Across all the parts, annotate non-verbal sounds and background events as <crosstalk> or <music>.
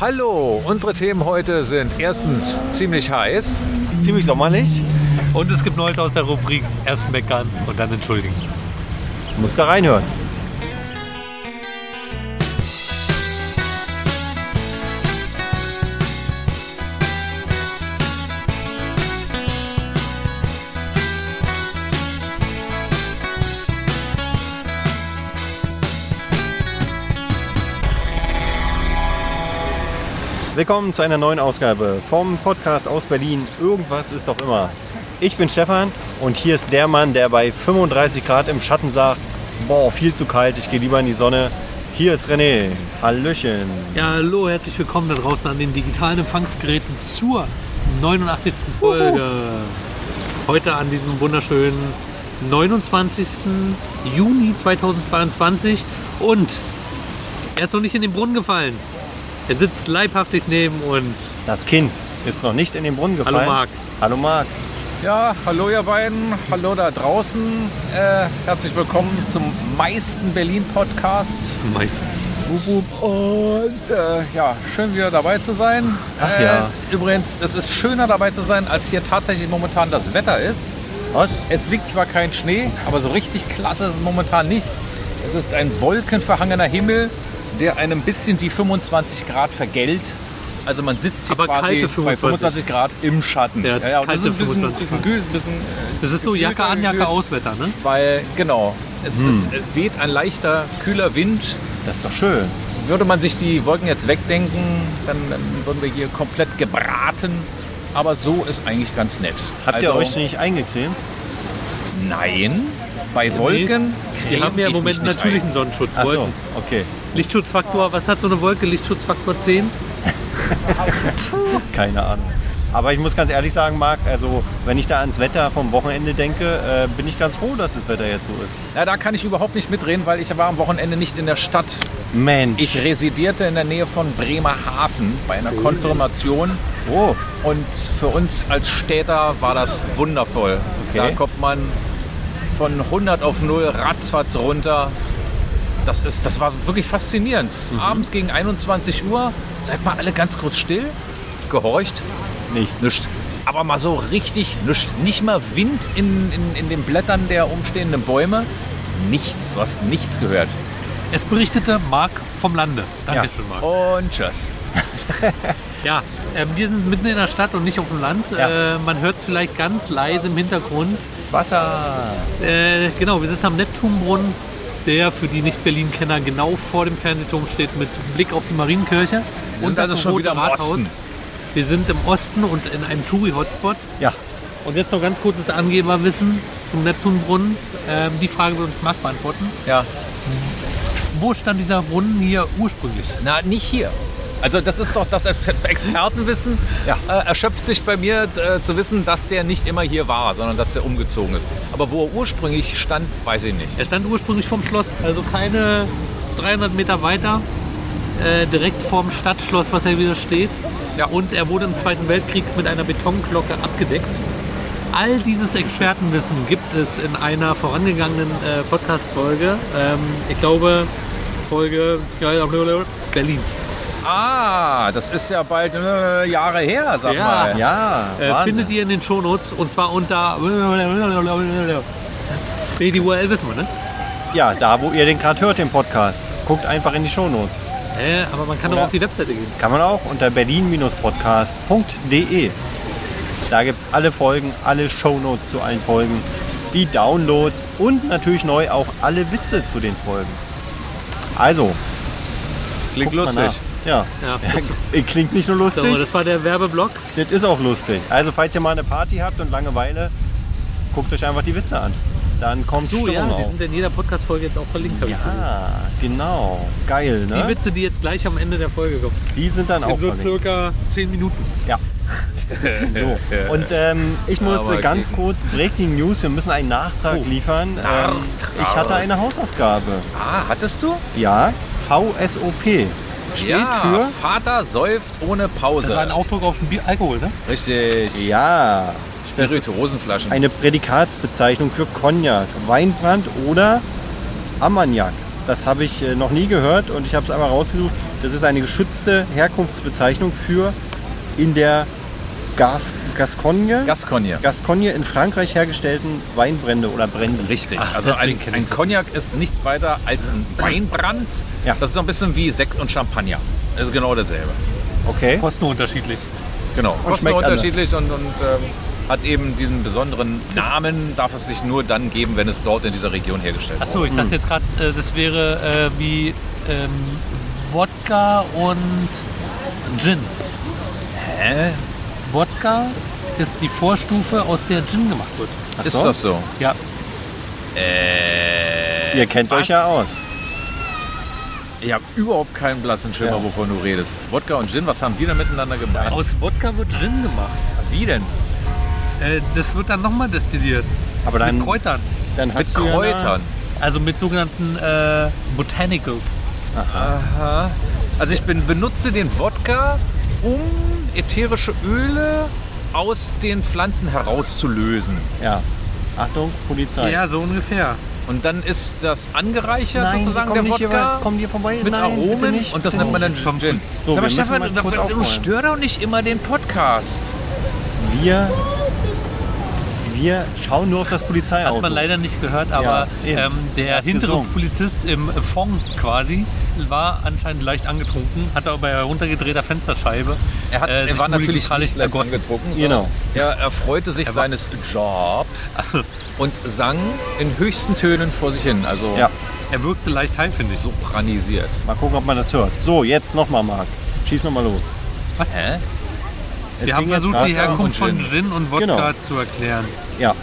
hallo. Unsere Themen heute sind erstens ziemlich heiß. Ziemlich sommerlich. Und es gibt Neues aus der Rubrik erst meckern und dann entschuldigen. Muss da reinhören. Willkommen zu einer neuen Ausgabe vom Podcast aus Berlin. Irgendwas ist doch immer. Ich bin Stefan und hier ist der Mann, der bei 35 Grad im Schatten sagt, boah, viel zu kalt, ich gehe lieber in die Sonne. Hier ist René. Hallöchen. Ja, hallo, herzlich willkommen da draußen an den digitalen Empfangsgeräten zur 89. Folge. Heute an diesem wunderschönen 29. Juni 2022 und er ist noch nicht in den Brunnen gefallen. Er sitzt leibhaftig neben uns. Das Kind ist noch nicht in den Brunnen gefallen. Hallo Marc. Hallo Marc. Ja, hallo ihr beiden. Hallo da draußen. Äh, herzlich willkommen zum meisten Berlin-Podcast. Zum meisten. Wup, wup. Und äh, ja, schön wieder dabei zu sein. Äh, Ach ja. Übrigens, es ist schöner dabei zu sein, als hier tatsächlich momentan das Wetter ist. Was? Es liegt zwar kein Schnee, aber so richtig klasse ist es momentan nicht. Es ist ein wolkenverhangener Himmel, der einem bisschen die 25 Grad vergällt. Also man sitzt hier Aber quasi kalte bei 25 25 Grad im Schatten. Ja, und das ist ein kalte bisschen, 25 bisschen, gü- bisschen äh, Das ist so Jacke an, Jacke aus Wetter, ne? weil genau, es Hm. ist, äh, weht ein leichter, kühler Wind. Das ist doch schön. Würde man sich die Wolken jetzt wegdenken, dann ähm, würden wir hier komplett gebraten. Aber so ist eigentlich ganz nett. Habt ihr Also, euch nicht eingecremt? Nein. Bei Wolken Wir creme haben ja im ich mich Moment nicht natürlich ein. einen Sonnenschutz. Ach so, Wolken. okay. Lichtschutzfaktor, was hat so eine Wolke? Lichtschutzfaktor 10? Keine Ahnung. Aber ich muss ganz ehrlich sagen, Marc, also wenn ich da ans Wetter vom Wochenende denke, äh, bin ich ganz froh, dass das Wetter jetzt so ist. Na, da kann ich überhaupt nicht mitreden, weil ich war am Wochenende nicht in der Stadt. Mensch. Ich residierte in der Nähe von Bremerhaven bei einer Konfirmation oh, und für uns als Städter war das wundervoll. Okay. Da kommt man von 100 auf 0 ratzfatz runter. Das, ist, das war wirklich faszinierend. Mhm. Abends gegen 21 Uhr, seid mal alle ganz kurz still, gehorcht, nichts. Nüscht. Aber mal so richtig nüscht. Nicht mal Wind in, in, in den Blättern der umstehenden Bäume. Nichts, was nichts gehört. Es berichtete Marc vom Lande. Dankeschön, Marc. Und tschüss. Ja, ähm, wir sind mitten in der Stadt und nicht auf dem Land. Ja. Äh, man hört es vielleicht ganz leise im Hintergrund. Wasser. Äh, genau, wir sitzen am Neptunbrunnen, der für die Nicht-Berlin-Kenner genau vor dem Fernsehturm steht mit Blick auf die Marienkirche und sind das also schon Rote wieder im Rathaus. Osten. Wir sind im Osten und in einem Touri-Hotspot. Ja, Und jetzt noch ganz kurzes Angeberwissen zum Neptunbrunnen. Ähm, die Frage wird uns Marc beantworten. Ja, Wo stand dieser Brunnen hier ursprünglich? na, nicht hier. Also das ist doch das Expertenwissen. Ja. Äh, erschöpft sich bei mir äh, zu wissen, dass der nicht immer hier war, sondern dass der umgezogen ist. Aber wo er ursprünglich stand, weiß ich nicht. Er stand ursprünglich vom Schloss, also keine 300 Meter weiter, äh, direkt vorm Stadtschloss, was er wieder steht. Ja. Und er wurde im Zweiten Weltkrieg mit einer Betonglocke abgedeckt. All dieses Expertenwissen gibt es in einer vorangegangenen äh, Podcast-Folge. Ähm, ich glaube, Folge ja, ja, blablabla, Berlin. Äh, Ah, das ist ja bald äh, Jahre her, sag Ja. mal. ja. Äh, findet ihr in den Shownotes und zwar unter. Äh, Nee, die URL wissen wir, ne? Ja, da wo ihr den gerade hört, den Podcast, guckt einfach in die Shownotes. Äh, aber man kann doch Oder- auf die Webseite gehen. Kann man auch unter berlin-podcast.de. Da gibt es alle Folgen, alle Shownotes zu allen Folgen, die Downloads und natürlich neu auch alle Witze zu den Folgen. Also, Klingt guckt mal nach. Ja, Äh, Ja, klingt nicht nur so, lustig, das, das war der Werbeblock. ist auch lustig. Also, falls ihr mal eine Party habt und Langeweile, guckt euch einfach die Witze an. Dann kommt So, Stimmung ja, die auf. sind in jeder Podcast-Folge jetzt auch verlinkt. hab ich gesehen. Ja, genau. Geil, Die ne? Witze, die jetzt gleich am Ende der Folge kommen, Die, sind dann auch in so verlinkt. circa 10 Minuten. So. Und ähm, ich muss Aber ganz gegen- kurz Breaking News, wir müssen einen Nachtrag liefern. Ähm, ich hatte eine Hausaufgabe. Ah, hattest du? Ja, VSOP steht ja, für Vater säuft ohne Pause. Das war ein Aufdruck auf den Bier Alkohol, ne? Richtig. ja, das ist Rosenflaschen. eine Prädikatsbezeichnung für Cognac, Weinbrand oder Ammoniak. Das habe ich äh, noch nie gehört und ich habe es einmal rausgesucht. Das ist eine geschützte Herkunftsbezeichnung für in der Gas Gascogne, Gascogne. Gascogne in Frankreich hergestellten Weinbrände oder Brände. Richtig. also deswegen ein, kenn ich ein das Cognac ist nichts weiter als ein Weinbrand. Ja. Das ist so ein bisschen wie Sekt und Champagner. Also genau dasselbe. Okay. Kosten unterschiedlich. Genau. Kosten schmeckt unterschiedlich und, und ähm, hat eben diesen besonderen Namen, darf es sich nur dann geben, wenn es dort in dieser Region hergestellt wird. Achso, ich dachte jetzt gerade, äh, das wäre äh, wie ähm, Wodka und Gin. Hä? Wodka ist die Vorstufe, aus der Gin gemacht wird. Ach Ist so. das so? Ja, Äh, Ihr kennt euch was? ja aus. Ich habe überhaupt keinen blassen Schimmer, Ja. wovon du redest. Wodka und Gin, was haben die denn miteinander gemeint? aus Wodka wird Gin gemacht. wie denn? Äh, das wird dann nochmal destilliert. Aber dann, mit Kräutern. dann hast Mit du ja eine- Kräutern. Also mit sogenannten äh, Botanicals. Also ich bin, benutze den Wodka, um ätherische Öle aus den Pflanzen herauszulösen. Ja. Achtung, Polizei. Ja, so ungefähr. Und dann ist das angereichert Nein, sozusagen komm der nicht hier Wodka rein, komm hier vorbei. mit Nein, bitte Aromen nicht, und das bitte nennt man dann nicht. Komm, Gin. So, wir müssen mal kurz du aufräumen. stör doch nicht immer den Podcast. Wir, wir schauen nur auf das Hat Polizeiauto. man leider nicht gehört, aber Ja, eben. ähm, der Hat hintere gesungen. Polizist im Fond quasi war anscheinend leicht angetrunken, hat aber bei heruntergedrehter Fensterscheibe. Er, hat, äh, er sich war natürlich musikalisch nicht leicht ergossen. angetrunken. sondern Genau. Er erfreute sich Er war- seines Jobs Achso, und sang in höchsten Tönen vor sich hin. Also Ja. er wirkte leicht high, finde ich. sopranisiert. Mal gucken, ob man das hört. So, jetzt nochmal, Marc. Schieß nochmal los. Hä? Es Wir haben ging jetzt versucht, gerade die Herkunft um von Gin. Gin und Wodka Genau. zu erklären. darum- Ja,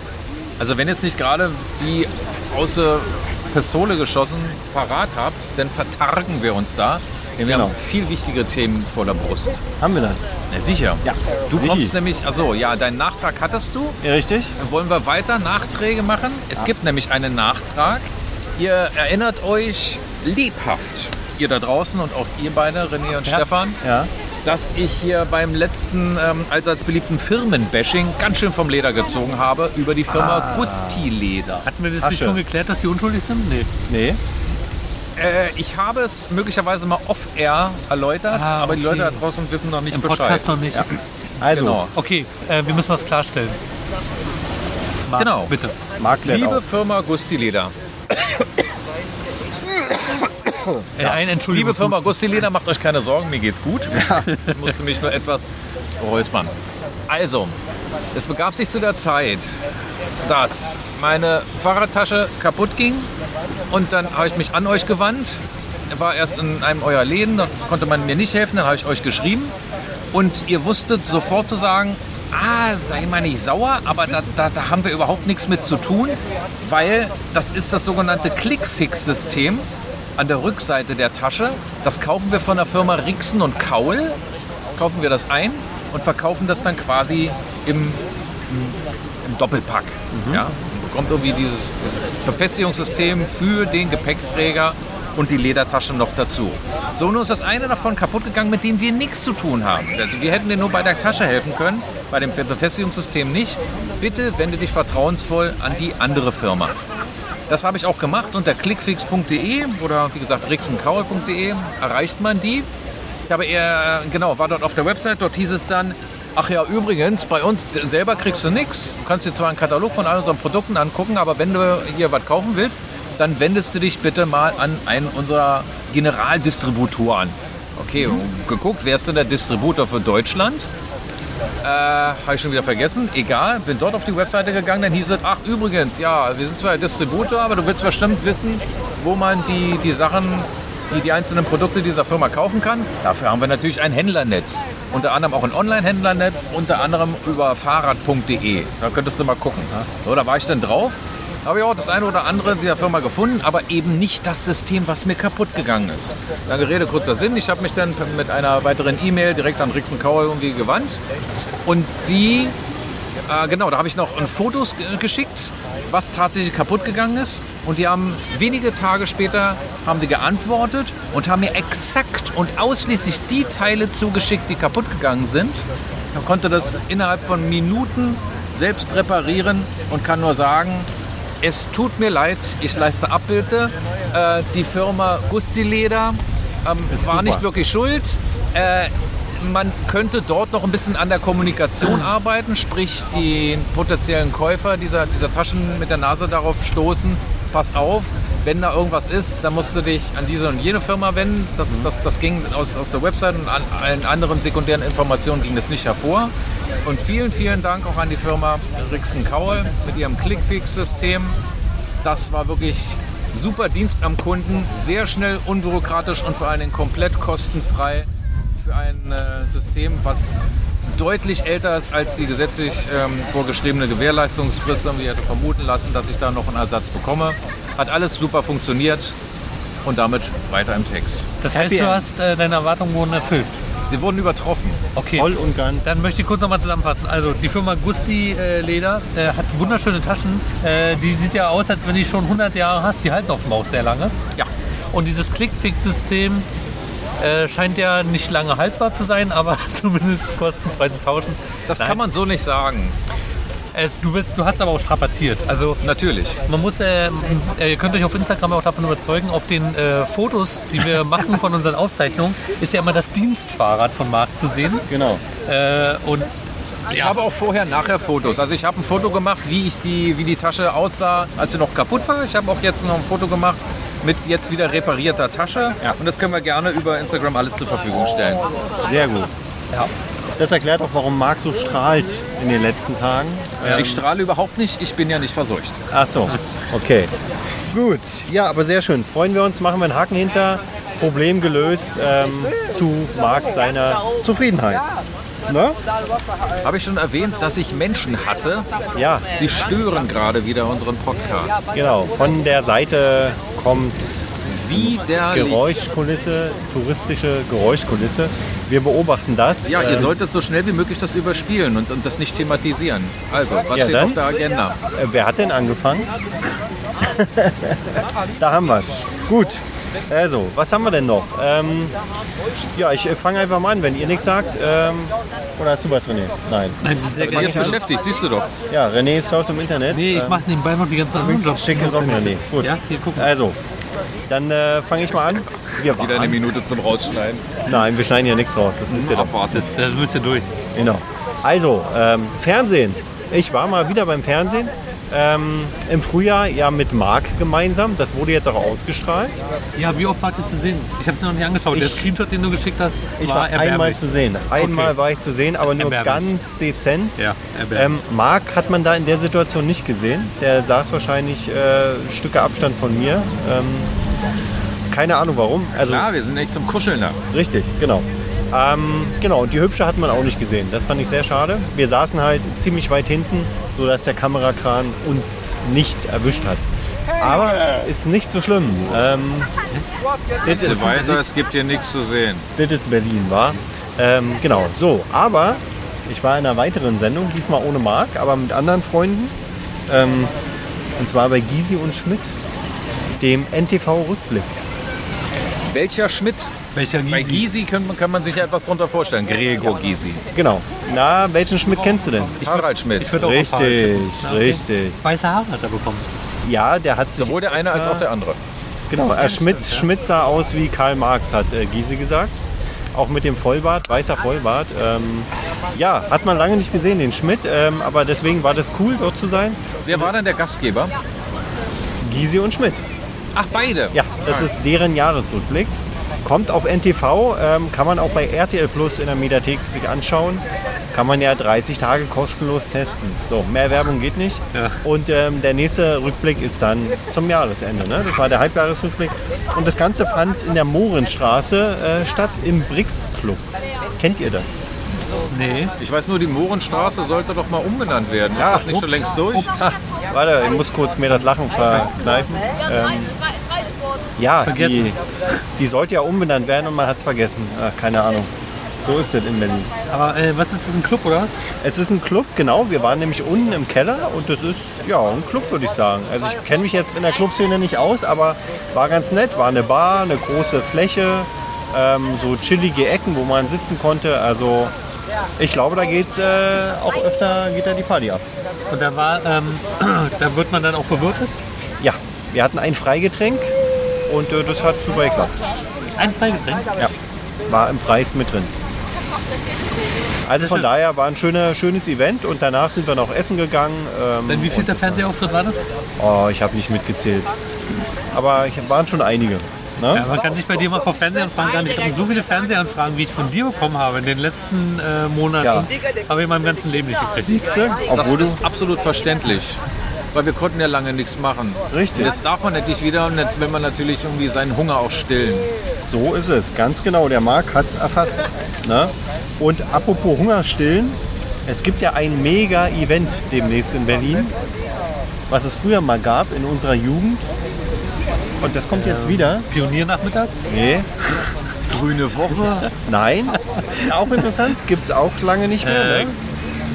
Also wenn ihr es nicht gerade wie außer Pistole geschossen parat habt, dann vertargen wir uns da. Denn wir Genau. haben viel wichtigere Themen vor der Brust. haben wir das. Na sicher. Ja. Du Sichi. kommst nämlich, also ja, deinen Nachtrag hattest du. Ja, Richtig? Dann wollen wir weiter Nachträge machen. Es gibt nämlich einen Nachtrag. Ihr erinnert euch lebhaft, ihr da draußen und auch ihr beide, René und Ja. Stefan, Ja. dass ich hier beim letzten ähm, allseits beliebten Firmenbashing ganz schön vom Leder gezogen habe über die Ah. Firma Gusti Leder. Hatten wir das nicht Tasche. schon geklärt, dass sie unschuldig sind? Nee. Nee. Äh, ich habe es möglicherweise mal off-air erläutert, Ah, aber die okay. Leute da draußen wissen noch nicht Im Bescheid. Podcast noch nicht. Also, Genau. Okay, äh, wir müssen was klarstellen. Marc, Genau. Bitte. Marc lädt Liebe auf. Firma Gusti Leder, Äh, ein Entschuldigung. liebe Firma Gusti Leder, macht euch keine Sorgen, mir geht's gut. Ich musste mich nur etwas räuspern. Also, es begab sich zu der Zeit, dass meine Fahrradtasche kaputt ging und dann habe ich mich an euch gewandt. War erst in einem eurer Läden, da konnte man mir nicht helfen, dann habe ich euch geschrieben und ihr wusstet sofort zu sagen, ah, sei mal nicht sauer, aber da, da, da haben wir überhaupt nichts mit zu tun, weil das ist das sogenannte Click-Fix-System an der Rückseite der Tasche. Das kaufen wir von der Firma Rixen und Kaul, kaufen wir das ein und verkaufen das dann quasi im im Doppelpack. Ja? Man bekommt irgendwie dieses, dieses Befestigungssystem für den Gepäckträger und die Ledertasche noch dazu. So, nur ist das eine davon kaputt gegangen, mit dem wir nichts zu tun haben. Also wir hätten dir nur bei der Tasche helfen können, bei dem Befestigungssystem nicht. Bitte wende dich vertrauensvoll an die andere Firma. Das habe ich auch gemacht unter clickfix.de oder wie gesagt rixenkaul.de erreicht man die. Ich habe eher, genau, war dort auf der Website, dort hieß es dann, ach ja, übrigens, bei uns d- selber kriegst du nichts. Du kannst dir zwar einen Katalog von all unseren Produkten angucken, aber wenn du hier was kaufen willst, dann wendest du dich bitte mal an einen unserer Generaldistributoren. Okay, geguckt, wer ist denn der Distributor für Deutschland? habe ich schon wieder vergessen. Egal, bin dort auf die Webseite gegangen, dann hieß es, ach übrigens, ja, wir sind zwar Distributor, aber du willst bestimmt wissen, wo man die, die Sachen, die, die einzelnen Produkte dieser Firma kaufen kann. Dafür haben wir natürlich ein Händlernetz. Unter anderem auch ein Online-Händlernetz, unter anderem über fahrrad.de. Da könntest du mal gucken. ne? So, da war ich dann drauf. Da habe ich auch das eine oder andere dieser Firma gefunden, aber eben nicht das System, was mir kaputt gegangen ist. Lange Rede, kurzer Sinn. Ich habe mich dann mit einer weiteren E-Mail direkt an Rixen Kauer irgendwie gewandt. Und die, äh, genau, da habe ich noch ein Fotos ge- geschickt, was tatsächlich kaputt gegangen ist. Und die haben wenige Tage später haben die geantwortet und haben mir exakt und ausschließlich die Teile zugeschickt, die kaputt gegangen sind. Man konnte das innerhalb von Minuten selbst reparieren und kann nur sagen, Es tut mir leid, ich leiste Abbilde. Äh, die Firma Gusti Leder ähm, Ist war super. nicht wirklich schuld. Äh, man könnte dort noch ein bisschen an der Kommunikation arbeiten, sprich den potenziellen Käufer dieser, dieser Taschen mit der Nase darauf stoßen, pass auf, wenn da irgendwas ist, dann musst du dich an diese und jene Firma wenden. Das, das, das ging aus, aus der Website und an allen anderen sekundären Informationen ging das nicht hervor. Und vielen, vielen Dank auch an die Firma Rixen Kaul mit ihrem Clickfix-System. Das war wirklich super Dienst am Kunden, sehr schnell, unbürokratisch und vor allen Dingen komplett kostenfrei für ein äh, System, was deutlich älter ist als die gesetzlich ähm, vorgeschriebene Gewährleistungsfrist. Und ich hatte vermuten lassen, dass ich da noch einen Ersatz bekomme. Hat alles super funktioniert und damit weiter im Text. Das heißt, Happy du End. hast äh, deine Erwartungen wurden erfüllt. Sie wurden übertroffen. Okay. Voll und ganz. Dann möchte ich kurz nochmal zusammenfassen. Also die Firma Gusti äh, Leder äh, hat wunderschöne Taschen. Äh, die sieht ja aus, als wenn die schon 100 Jahre hast. Die halten offenbar auch sehr lange. Ja, Und dieses Clickfix-System äh, scheint ja nicht lange haltbar zu sein, aber <laughs> zumindest kostenfrei zu tauschen. das Nein. kann man so nicht sagen. Es, du, bist, du hast aber auch strapaziert. Also Natürlich. man muss, äh, äh, ihr könnt euch auf Instagram auch davon überzeugen, auf den äh, Fotos, die <laughs> wir machen von unseren Aufzeichnungen, ist ja immer das Dienstfahrrad von Marc zu sehen. Genau. Äh, und Ich habe auch vorher, nachher Fotos. Also ich habe ein Foto gemacht, wie ich die, wie die Tasche aussah, als sie noch kaputt war. Ich habe auch jetzt noch ein Foto gemacht mit jetzt wieder reparierter Tasche. Ja. Und das können wir gerne über Instagram alles zur Verfügung stellen. Sehr gut. Das erklärt auch, warum Marc so strahlt in den letzten Tagen. Ich strahle überhaupt nicht, ich bin ja nicht verseucht. Ach so, okay. Gut, ja, aber sehr schön. Freuen wir uns, machen wir einen Haken hinter. Problem gelöst ähm, zu Marx seiner Zufriedenheit. Ne? Habe ich schon erwähnt, dass ich Menschen hasse? Ja, Sie stören gerade wieder unseren Podcast. genau. Von der Seite kommt Widerlich. Geräuschkulisse, touristische Geräuschkulisse. Wir beobachten das. Ja, ihr Ähm, solltet so schnell wie möglich das überspielen und, und das nicht thematisieren. Also, was Ja, steht dann? auf der Agenda? Äh, Wer hat denn angefangen? <laughs> da haben wir's. Gut. Also, was haben wir denn noch? Ähm, ja, ich äh, fange einfach mal an, wenn ihr nichts sagt. Ähm, oder hast du was, René? Nein. sehr Wenn ihr jetzt beschäftigt, siehst du doch. Ja, René surft im Internet. Ähm, Nee, ich mache nebenbei noch die ganzen anderen Jobs. Schick ist auch René. Gut. Ja, hier gucken. Also, dann äh, fange ich mal an. Wir Wieder eine waren. Minute zum Rausschneiden. Nein, wir schneiden ja nichts raus. Das wisst ihr Genau. doch. Abwartet. Das äh, müsst ihr durch. Genau. Also, ähm, Fernsehen. Ich war mal wieder beim Fernsehen. Ähm, Im Frühjahr ja mit Marc gemeinsam. Das wurde jetzt auch ausgestrahlt. Ja, wie oft wart ihr zu sehen? Ich habe es noch nicht angeschaut. Ich- Der Screenshot, den du geschickt hast, Ich war, einmal zu sehen. Einmal Okay. war ich zu sehen, aber nur Erbärmlich. ganz dezent. Ja, erbärmlich. ähm, Marc hat man da in der Situation nicht gesehen. Der saß wahrscheinlich äh, Stücke Abstand von mir. Ähm, keine Ahnung warum. Also Klar, wir sind echt zum Kuscheln da. Richtig, genau. Ähm, genau, und die hübsche hat man auch nicht gesehen. Das fand ich sehr schade. Wir saßen halt ziemlich weit hinten, sodass der Kamerakran uns nicht erwischt hat. Aber ist nicht so schlimm. Ähm, das, Bitte weiter, es gibt hier nichts zu sehen. das ist Berlin, war. Ähm, genau, so. Aber ich war in einer weiteren Sendung, diesmal ohne Marc, aber mit anderen Freunden. Ähm, und zwar bei Gysi und Schmidt, dem NTV-Rückblick. Welcher Schmidt? Ähm, Welcher Bei Gysi? Gysi kann man, kann man sich ja etwas drunter vorstellen. Gregor Gysi. Genau. Na, welchen Schmidt kennst du denn? Harald Schmidt. Ich würde auch Richtig, aufhalten. Na, okay. richtig. Weiße Haare hat er bekommen. Ja, der hat sich. Sowohl der eine als extra- auch der andere. Genau, äh, Schmidt, stimmt, ja. Schmidt sah aus wie Karl Marx, hat äh, Giese gesagt. Auch mit dem Vollbart, weißer Vollbart. Ähm, ja, hat man lange nicht gesehen, den Schmidt. Ähm, aber deswegen war das cool, dort zu sein. Wer war denn der Gastgeber? Gysi und Schmidt. Ach, beide. Ja, das ist deren Jahresrückblick. Kommt auf NTV, ähm, kann man auch bei RTL Plus in der Mediathek sich anschauen. Kann man ja 30 Tage kostenlos testen. So, mehr Werbung geht nicht. Ja. Und ähm, der nächste Rückblick ist dann zum Jahresende. Ne? Das war der Halbjahresrückblick. Und das Ganze fand in der Mohrenstraße äh, statt, im Brix Club. Kennt ihr das? Nee. Ich weiß nur, die Mohrenstraße sollte doch mal umgenannt werden. Ist Ja, das nicht schon ups, längst durch? Warte, ich muss kurz mir das Lachen verkneifen. Ähm, ja, die, Vergessen. die sollte ja umbenannt werden und man hat es vergessen. Ach, keine Ahnung. So ist das in Berlin. Aber äh, was ist das, ein Club oder was? Es ist ein Club, genau. Wir waren nämlich unten im Keller und das ist ja ein Club, würde ich sagen. Also ich kenne mich jetzt in der Clubszene nicht aus, aber war ganz nett. War eine Bar, eine große Fläche, ähm, so chillige Ecken, wo man sitzen konnte. Also Ich glaube, da geht's äh, auch öfter, geht da die Party ab. Und da war, ähm, <clears throat> da wird man dann auch bewirtet. Ja, wir hatten ein Freigetränk und äh, das hat super geklappt. Ein Freigetränk. Ja, war im Preis mit drin. Also Sehr von schön. daher war ein schöner, schönes Event und danach sind wir noch essen gegangen. Ähm, Denn wie viel und- der Fernsehauftritt war das? Oh, ich habe nicht mitgezählt. Aber ich, waren schon einige. Ne? Ja, man kann sich bei dir mal vor Fernsehanfragen an. Ich habe so viele Fernsehanfragen, wie ich von dir bekommen habe in den letzten äh, Monaten. Ja. Habe ich in meinem ganzen Leben nicht gekriegt. Siehst du? Das Obwohl du. ist absolut verständlich. Weil wir konnten ja lange nichts machen. Richtig. Und jetzt darf man endlich wieder und jetzt will man natürlich irgendwie seinen Hunger auch stillen. So ist es, ganz genau. Der Marc hat es erfasst. Ne? Und apropos Hungerstillen, es gibt ja ein Mega-Event demnächst in Berlin, was es früher mal gab in unserer Jugend. Und das kommt jetzt wieder. Pioniernachmittag? Nee, Grüne Woche, nein, <laughs> auch interessant, gibt es auch lange nicht mehr. Ne?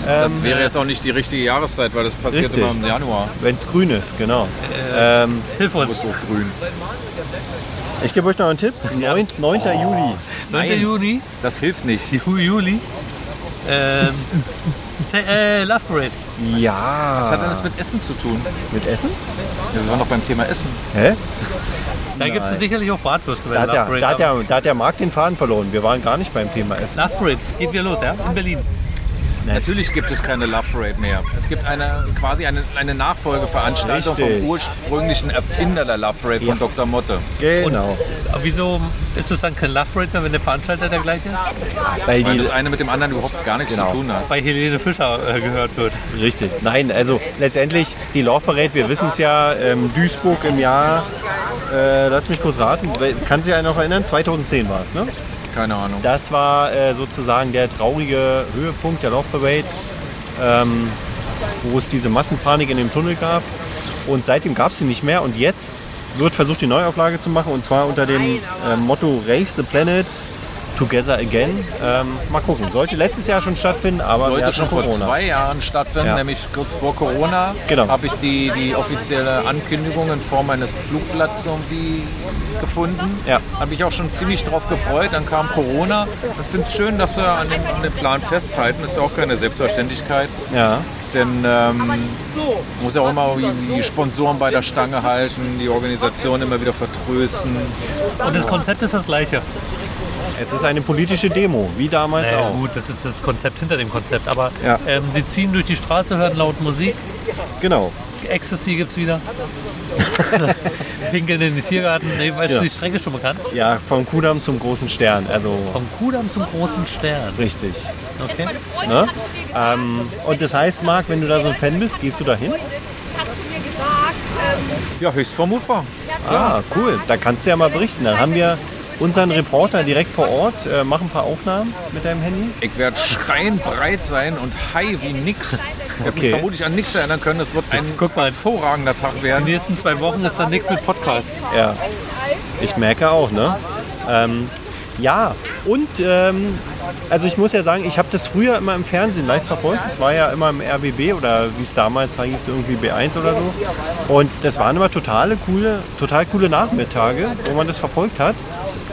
das wäre jetzt auch nicht die richtige Jahreszeit, weil das passiert Richtig. immer im Januar. Wenn es grün ist, genau. Äh. Hilf uns. So grün. Ich gebe euch noch einen Tipp. 9. 9. Oh. Juli. 9. Nein. Juni, Das hilft nicht. Ju- Juli. Ähm, Te- äh, Love Parade. Ja. Was hat denn das mit Essen zu tun? mit Essen? Ja, wir waren doch beim Thema Essen. Hä? Da gibt es Nein. sicherlich auch Bratwürste bei Da hat, der der, Love da, hat Parade. der, da hat der Marc den Faden verloren. Wir waren gar nicht beim Thema Essen. Love Parade, geht wieder los, ja? In Berlin. Natürlich gibt es keine Love Parade mehr. Es gibt eine, quasi eine, eine Nachfolgeveranstaltung Richtig. vom ursprünglichen Erfinder der Love Parade von Dr. Motte. Genau. Aber wieso ist es dann kein Love Parade mehr, wenn der Veranstalter der gleiche ist? Weil Weil die, das eine mit dem anderen überhaupt gar nichts Genau. zu tun hat. Weil Helene Fischer äh, gehört wird. Richtig. Nein, also letztendlich die Love Parade, wir wissen es ja, ähm, Duisburg im Jahr, äh, lass mich kurz raten, wel- kann sich einer noch erinnern? 2010 war es, ne? Keine Ahnung. Das war äh, sozusagen der traurige Höhepunkt der Love Parade, ähm, wo es diese Massenpanik in dem Tunnel gab. Und seitdem gab es sie nicht mehr. Und jetzt wird versucht, die Neuauflage zu machen. Und zwar unter dem äh, Motto Rave the Planet Together Again. Ähm, mal gucken. Sollte letztes Jahr schon stattfinden, aber wir sollte hatten schon vor Corona. zwei Jahren stattfinden, Ja. nämlich kurz vor Corona, Genau. habe ich die, die offizielle Ankündigung in Form eines Flugblatts irgendwie gefunden. Ja. Habe ich auch schon ziemlich drauf gefreut. Dann kam Corona. Ich finde es schön, dass wir an dem, an dem Plan festhalten. Ist ja auch keine Selbstverständlichkeit, Ja. denn ähm, muss ja auch immer die, die Sponsoren bei der Stange halten, die Organisation immer wieder vertrösten. Und das Konzept ist das gleiche. Es ist eine politische Demo, wie damals Naja, auch. gut, das ist das Konzept hinter dem Konzept. Aber Ja. ähm, sie ziehen durch die Straße, hören laut Musik. Genau. Ecstasy gibt es <laughs> wieder. Pinkeln in den Tiergarten. Nee, weil Ja. ist die Strecke schon bekannt. Ja, vom Kudamm zum großen Stern. Also Vom Kudamm zum großen Stern. richtig. Okay. Meine Freundin Ne? hat's mir gesagt. Ähm, und das heißt, Marc, wenn du da so ein Fan bist, gehst du da hin? Hast du mir gesagt, ähm, Ja, höchst vermutbar. Ah, cool. Da kannst du ja mal berichten. Dann haben wir unseren Reporter direkt vor Ort, äh, machen ein paar Aufnahmen mit deinem Handy. Ich werde schreienbreit sein und high wie nix. Ich hab mich Okay. vermutlich an nichts erinnern können. Es wird ein Guck mal. hervorragender Tag Die werden. nächsten zwei Wochen ist dann nichts mit Podcast. Ja, ich merke auch, ne? Ähm, ja, und ähm, also ich muss ja sagen, ich habe das früher immer im Fernsehen live verfolgt. Das war ja immer im RBB oder wie es damals hieß, irgendwie B1 oder so. Und das waren immer totale coole, total coole Nachmittage, wo man das verfolgt hat.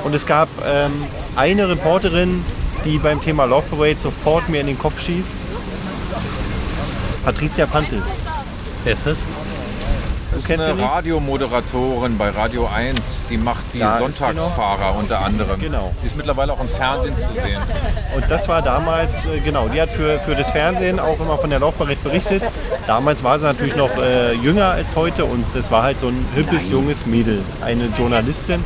Und es gab ähm, eine Reporterin, die beim Thema Love Parade sofort mir in den Kopf schießt. Patricia Pantel. Wer ist das? Das ist kennst eine sie nicht? Radiomoderatorin bei Radio 1. Die macht die Da ist sie noch. Sonntagsfahrer unter anderem. Genau. Die ist mittlerweile auch im Fernsehen zu sehen. Und das war damals, äh, genau, die hat für, für das Fernsehen auch immer von der Laufbarkeit berichtet. Damals war sie natürlich noch äh, jünger als heute und das war halt so ein hippes, junges Mädel, eine Journalistin.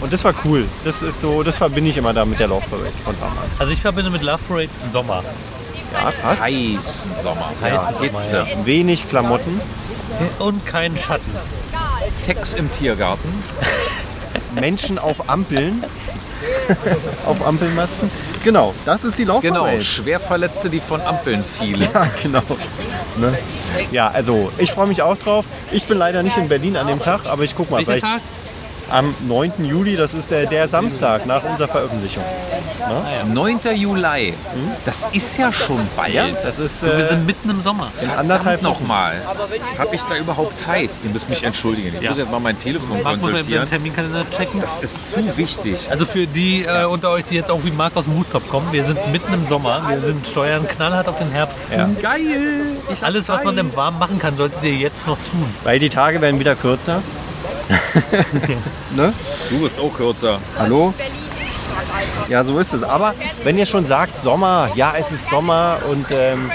Und das war cool. Das ist so, das verbinde ich immer da mit der Laufbarkeit von damals. Also ich verbinde mit Love Parade Sommer. Ja, passt. Heißen Sommer. Heißen Sommer, Hitze. Wenig Klamotten, Und keinen Schatten. Sex im Tiergarten. Menschen auf Ampeln, <laughs> auf Ampelmasten. Genau, das ist die Laufbarkeit. Genau. Schwerverletzte, die von Ampeln fielen. <laughs> Ja, genau. Ne? Ja, also ich freue mich auch drauf. Ich bin leider nicht in Berlin an dem Tag, aber ich guck mal. Welcher vielleicht- Tag? am 9. Juli, das ist äh, der Samstag nach unserer Veröffentlichung. 9. Juli. Das ist ja schon bald. Ja, das ist Wir äh, sind mitten im Sommer. in anderthalb Wochen. nochmal. Habe ich da überhaupt Zeit? Ihr müsst mich entschuldigen. Ich Ja. muss jetzt mal mein Telefon Marc muss mal den konsultieren. Terminkalender checken. Das ist zu wichtig. Also für die äh, unter euch, die jetzt auch wie Marc aus dem Hutkopf kommen, wir sind mitten im Sommer, wir sind steuern knallhart auf den Herbst. Ja. zu. Geil! Alles, was man im Warmen machen kann, solltet ihr jetzt noch tun. Weil die Tage werden wieder kürzer. ne? Du bist auch kürzer. Hallo? Berlin ist halt einfach. Ja, so ist es. Aber wenn ihr schon sagt, Sommer, ja, es ist Sommer und ähm,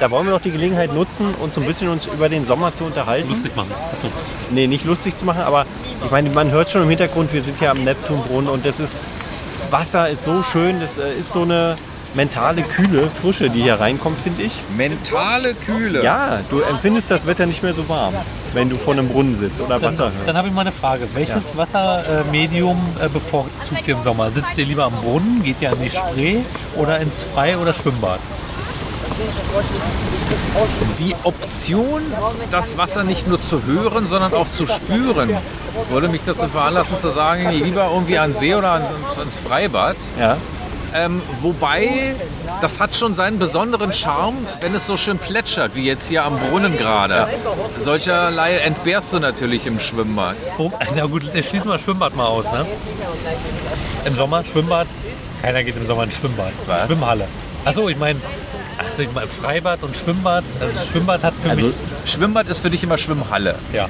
da wollen wir doch die Gelegenheit nutzen, uns so ein bisschen uns über den Sommer zu unterhalten. Lustig machen. Achso. Nee, nicht lustig zu machen, aber ich meine, man hört schon im Hintergrund, wir sind hier am Neptunbrunnen und das ist, Wasser ist so schön, das äh, ist so eine mentale Kühle, Frische, die hier reinkommt, finde ich. Mentale Kühle. Ja, du empfindest das Wetter nicht mehr so warm, wenn du vor einem Brunnen sitzt oder Dann, Wasser hörst. dann habe ich mal eine Frage. Welches Wassermedium äh, bevorzugt ihr im Sommer? Sitzt ihr lieber am Brunnen, geht ihr an die Spree oder ins Frei- oder Schwimmbad? Die Option, das Wasser nicht nur zu hören, sondern auch zu spüren, würde mich dazu veranlassen zu sagen, lieber irgendwie an den See oder ans, ans Freibad. Ja, Ähm, wobei, das hat schon seinen besonderen Charme, wenn es so schön plätschert, wie jetzt hier am Brunnen gerade. Solcherlei entbehrst du natürlich im Schwimmbad. Wo, Oh, na gut, jetzt schließen wir das Schwimmbad mal aus. Ne? Im Sommer Schwimmbad? Keiner geht im Sommer ins Schwimmbad. Was? Schwimmhalle. Achso, ich meine also ich mein, Freibad und Schwimmbad. Also Schwimmbad hat für also mich... Schwimmbad ist für dich immer Schwimmhalle. Ja,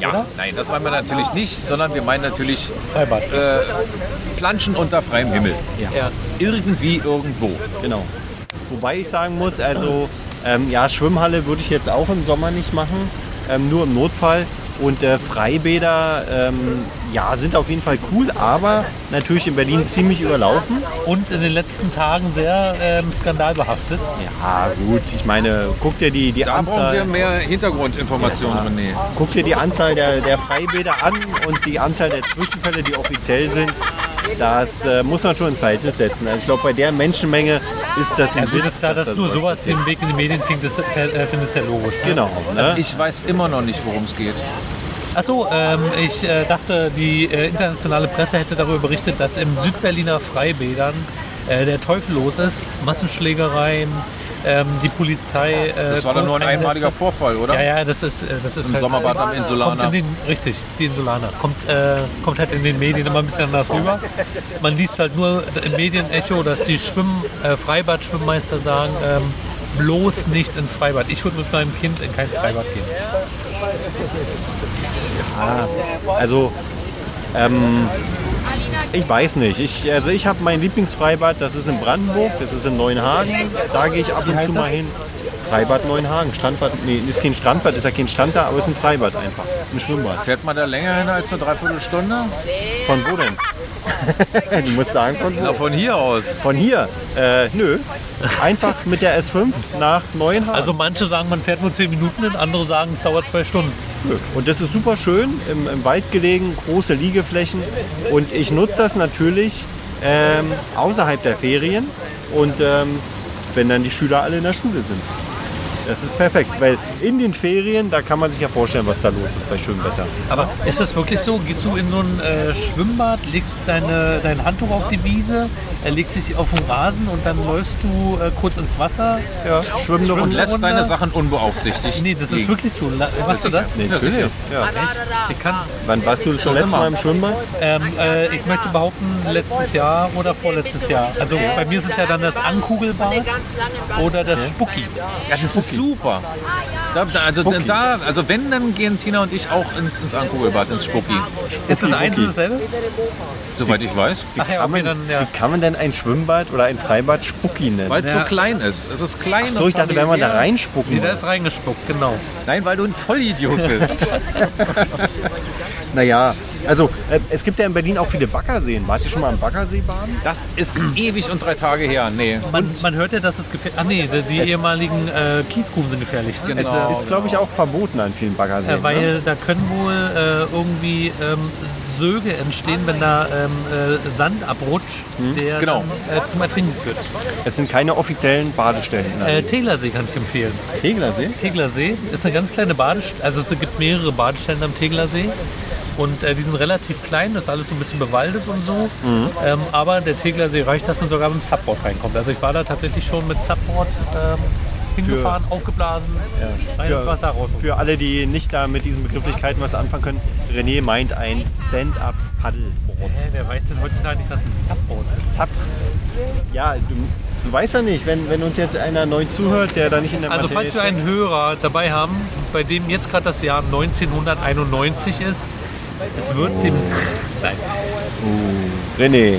Ja, nein, das meinen wir natürlich nicht, sondern wir meinen natürlich Freibad. äh, Planschen unter freiem Himmel. Ja. Irgendwie irgendwo. genau. Wobei ich sagen muss, also ähm, ja, Schwimmhalle würde ich jetzt auch im Sommer nicht machen, ähm, nur im Notfall. Und äh, Freibäder, ähm, ja, sind auf jeden Fall cool, aber natürlich in Berlin ziemlich überlaufen. Und in den letzten Tagen sehr ähm, skandalbehaftet. Ja, Ah, gut, ich meine, guck dir die, die Da brauchen wir Anzahl, mehr Hintergrundinformationen, René. guck dir die Anzahl der, der Freibäder an und die Anzahl der Zwischenfälle, die offiziell sind. Das äh, muss man schon ins Verhältnis setzen. Also ich glaube, bei der Menschenmenge ist das ein Wird Witz. es klar, dass da nur sowas sowas den Weg in die Medien findet, ist, äh, findest ist ja logisch. Ne? Genau. Also Ne? ich weiß immer noch nicht, worum es geht. Achso, ähm, ich äh, dachte, die äh, internationale Presse hätte darüber berichtet, dass im Südberliner Freibädern äh, der Teufel los ist. Massenschlägereien, ähm, die Polizei. Äh, Das war doch nur ein Großeinsätze. einmaliger Vorfall, oder? Ja, ja, das ist, äh, das ist Im Sommerbad am Insulaner. Kommt in den, richtig, die Insulaner. Kommt, äh, kommt halt in den Medien immer ein bisschen anders rüber. Man liest halt nur im Medienecho, dass die Schwimm, äh, Freibad-Schwimmmeister sagen, ähm, bloß nicht ins Freibad. Ich würde mit meinem Kind in kein Freibad gehen. Also ähm, Alina, ich weiß nicht. Ich, also ich habe mein Lieblingsfreibad, das ist in Brandenburg, das ist in Neuenhagen. Da gehe ich ab und heißt zu mal das? hin. Freibad Neuenhagen, Strandbad, nee, ist kein Strandbad, ist ja kein Strand da, aber ist ein Freibad einfach, ein Schwimmbad. Fährt man da länger hin als eine Dreiviertelstunde? Von wo <laughs> denn? du musst sagen, von wo? Na, von hier aus. Von hier? Äh, nö. Einfach mit der S5 nach Neuenhagen. Also manche sagen, man fährt nur 10 Minuten, hin, andere sagen, es dauert zwei Stunden. Nö. Und das ist super schön, im, im Wald gelegen, große Liegeflächen. Und ich nutze das natürlich ähm, außerhalb der Ferien und ähm, wenn dann die Schüler alle in der Schule sind. Das ist perfekt, weil in den Ferien, da kann man sich ja vorstellen, was da los ist bei schönem Wetter. Aber ist das wirklich so? Gehst du in so ein äh, Schwimmbad, legst deine, dein Handtuch auf die Wiese, äh, legst dich auf den Rasen und dann läufst du äh, kurz ins Wasser? Ja, schwimmen Schwimmen- noch Und lässt Runde? deine Sachen unbeaufsichtigt. Nee, das ist liegen. wirklich so. La- äh, Machst du das? Nee, natürlich. Ja. Ich, kann, Wann warst du schon letztes Mal im Schwimmbad? ähm, äh, ich möchte behaupten, letztes Jahr oder vorletztes Jahr. Also bei mir ist es ja dann das Ankugelbad oder das Spucki. Ja, das ist super. Da, da, also, Spucki. da, also wenn, dann gehen Tina und ich auch ins, ins Ankugelbad, ins Spucki. Ist das eins und dasselbe? Soweit ich weiß. Ach ja, Kann okay, man, dann ja. Wie kann man denn ein Schwimmbad oder ein Freibad Spucki nennen? Weil es so klein ist. Es ist klein So, und ich dachte, wenn man da familiär. reinspucken Nee, da muss. ist reingespuckt, genau. Nein, weil du ein Vollidiot <laughs> bist. Naja, also äh, es gibt ja in Berlin auch viele Baggerseen. Wart ihr schon mal am Baggersee baden? Das ist ewig und drei Tage her. Nee. Man, man hört ja, dass es gefährlich Ah nee, die, die ehemaligen äh, Kiesgruben sind gefährlich. ne? Es Genau, ist, glaube ich, auch verboten an vielen Baggerseen. Äh, weil ne? da können wohl äh, irgendwie ähm, Söge entstehen, wenn da ähm, äh, Sand abrutscht, der genau. dann, äh, zum Ertrinken führt. Es sind keine offiziellen Badestellen. Ne? Äh, Teglersee kann ich empfehlen. Teglersee? Teglersee ist eine ganz kleine Badestelle, also es gibt mehrere Badestellen am Teglersee. Und äh, die sind relativ klein, das ist alles so ein bisschen bewaldet und so. Mhm. Ähm, aber der Teglersee reicht, dass man sogar mit dem Subboard reinkommt. Also ich war da tatsächlich schon mit Subboard ähm, hingefahren, aufgeblasen, rein ins Für- Wasser raus. Für alle, die nicht da mit diesen Begrifflichkeiten was anfangen können, René meint ein Stand-up-Paddelboard. Hä, wer weiß denn heutzutage nicht, was ein Subboard ist? Sub. Ja, du, du weißt ja nicht, wenn, wenn uns jetzt einer neu zuhört, der da nicht in der Also Materie falls wir einen Hörer dabei haben, bei dem jetzt gerade das Jahr 1991 ist, es wird dem... Oh, Nein. steckt. Oh, René.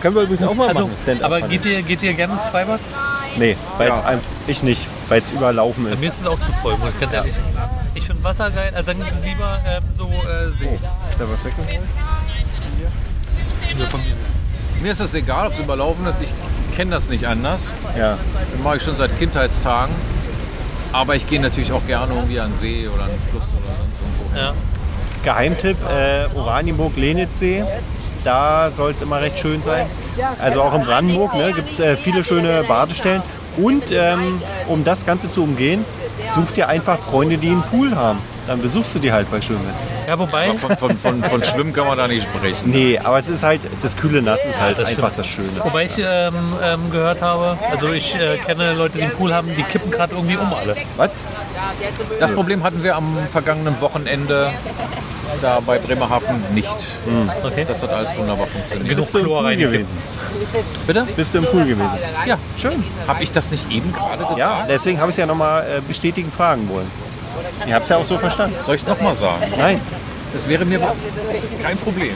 Können wir übrigens auch mal Also, machen. Stand-up aber Paddle. geht ihr, geht ihr gerne ins Freibad? Nee, weil es ein- ich nicht, weil es überlaufen Mir ist. ist es auch zu voll, muss ich ganz ehrlich sagen. Ich finde Wasser geil, also dann lieber ähm, so äh, See. Oh, Ist da was weggefallen? So von mir. Mir ist es egal, ob es überlaufen ist. Ich kenne das nicht anders. Ja. Das mache ich schon seit Kindheitstagen. Aber ich gehe natürlich auch gerne irgendwie an den See oder an den Fluss oder sonst irgendwo. Ja. Geheimtipp, äh, Oranienburg, Lenitzsee. Da soll es immer recht schön sein. Also auch in Brandenburg ne, gibt es äh, viele schöne Badestellen. Und ähm, um das Ganze zu umgehen, such dir einfach Freunde, die einen Pool haben. Dann besuchst du die halt bei schönem Wetter. ja, wobei, Aber Von, von, von, <laughs> von Schwimmen kann man da nicht sprechen. Nee, aber es ist halt, das kühle Nass ist halt Das einfach das Schöne. wobei ich ähm, ähm, gehört habe, also ich äh, kenne Leute, die einen Pool haben, die kippen gerade irgendwie um alle. Was? Das Problem hatten wir am vergangenen Wochenende da bei Bremerhaven nicht. Okay. Das hat alles wunderbar funktioniert. Genug Bist du im Chlor Pool reingekippt. gewesen? Bitte? Bist du im Pool gewesen? Ja, schön. Habe ich das nicht eben gerade gesagt? Ja, deswegen habe ich es ja nochmal äh, bestätigen fragen wollen. Ihr habt es ja auch so verstanden. Soll ich es nochmal sagen? Nein, Das wäre mir kein Problem.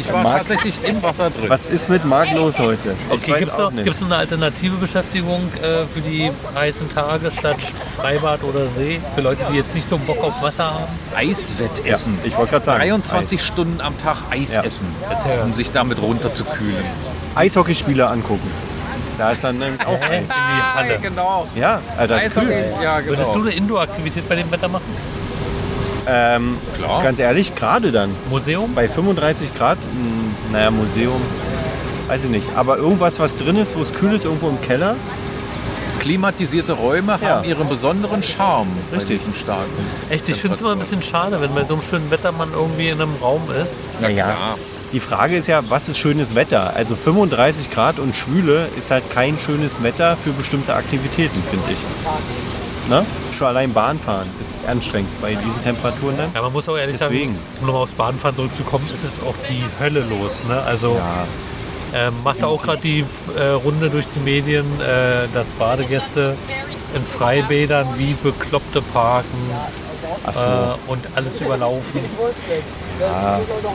Ich war Marc- tatsächlich im Wasser drin. was ist mit Marc los heute? Ich Okay, weiß gibt es noch, auch nicht. gibt's noch eine alternative Beschäftigung äh, für die heißen Tage statt Freibad oder See? Für Leute, die jetzt nicht so Bock auf Wasser haben? Ja, Eiswettessen. ich wollte gerade sagen. 23 Eis. Stunden am Tag Eis Ja. essen, Erzähl. um sich damit runterzukühlen. Eishockeyspieler angucken. Da ist dann nämlich auch Äh, in Eis. die Halle. genau. Ja, also das ist kühl. ja, Würdest du genau. eine Indoor-Aktivität bei dem Wetter machen? Ähm, Klar. Ganz ehrlich, gerade dann. Museum? Bei 35 Grad, mh, naja, Museum, weiß ich nicht. Aber irgendwas, was drin ist, wo es kühl ist, irgendwo im Keller. Klimatisierte Räume Ja. haben ihren besonderen Charme. Richtig. Bei diesen starken. Echt, ich finde es immer ein bisschen schade, wenn bei so einem schönen Wetter man irgendwie in einem Raum ist. Na Naja. klar. Die Frage ist ja, was ist schönes Wetter? Also 35 Grad und Schwüle ist halt kein schönes Wetter für bestimmte Aktivitäten, finde ich. Ne? Schon allein Bahnfahren ist anstrengend bei diesen Temperaturen dann. Ja, man muss auch ehrlich Deswegen. sagen, um nochmal aufs Bahnfahren zurückzukommen, ist es auch die Hölle los. Ne? Also ähm, macht auch gerade die äh, Runde durch die Medien, äh, dass Badegäste in Freibädern wie Bekloppte parken Achso. äh, und alles überlaufen.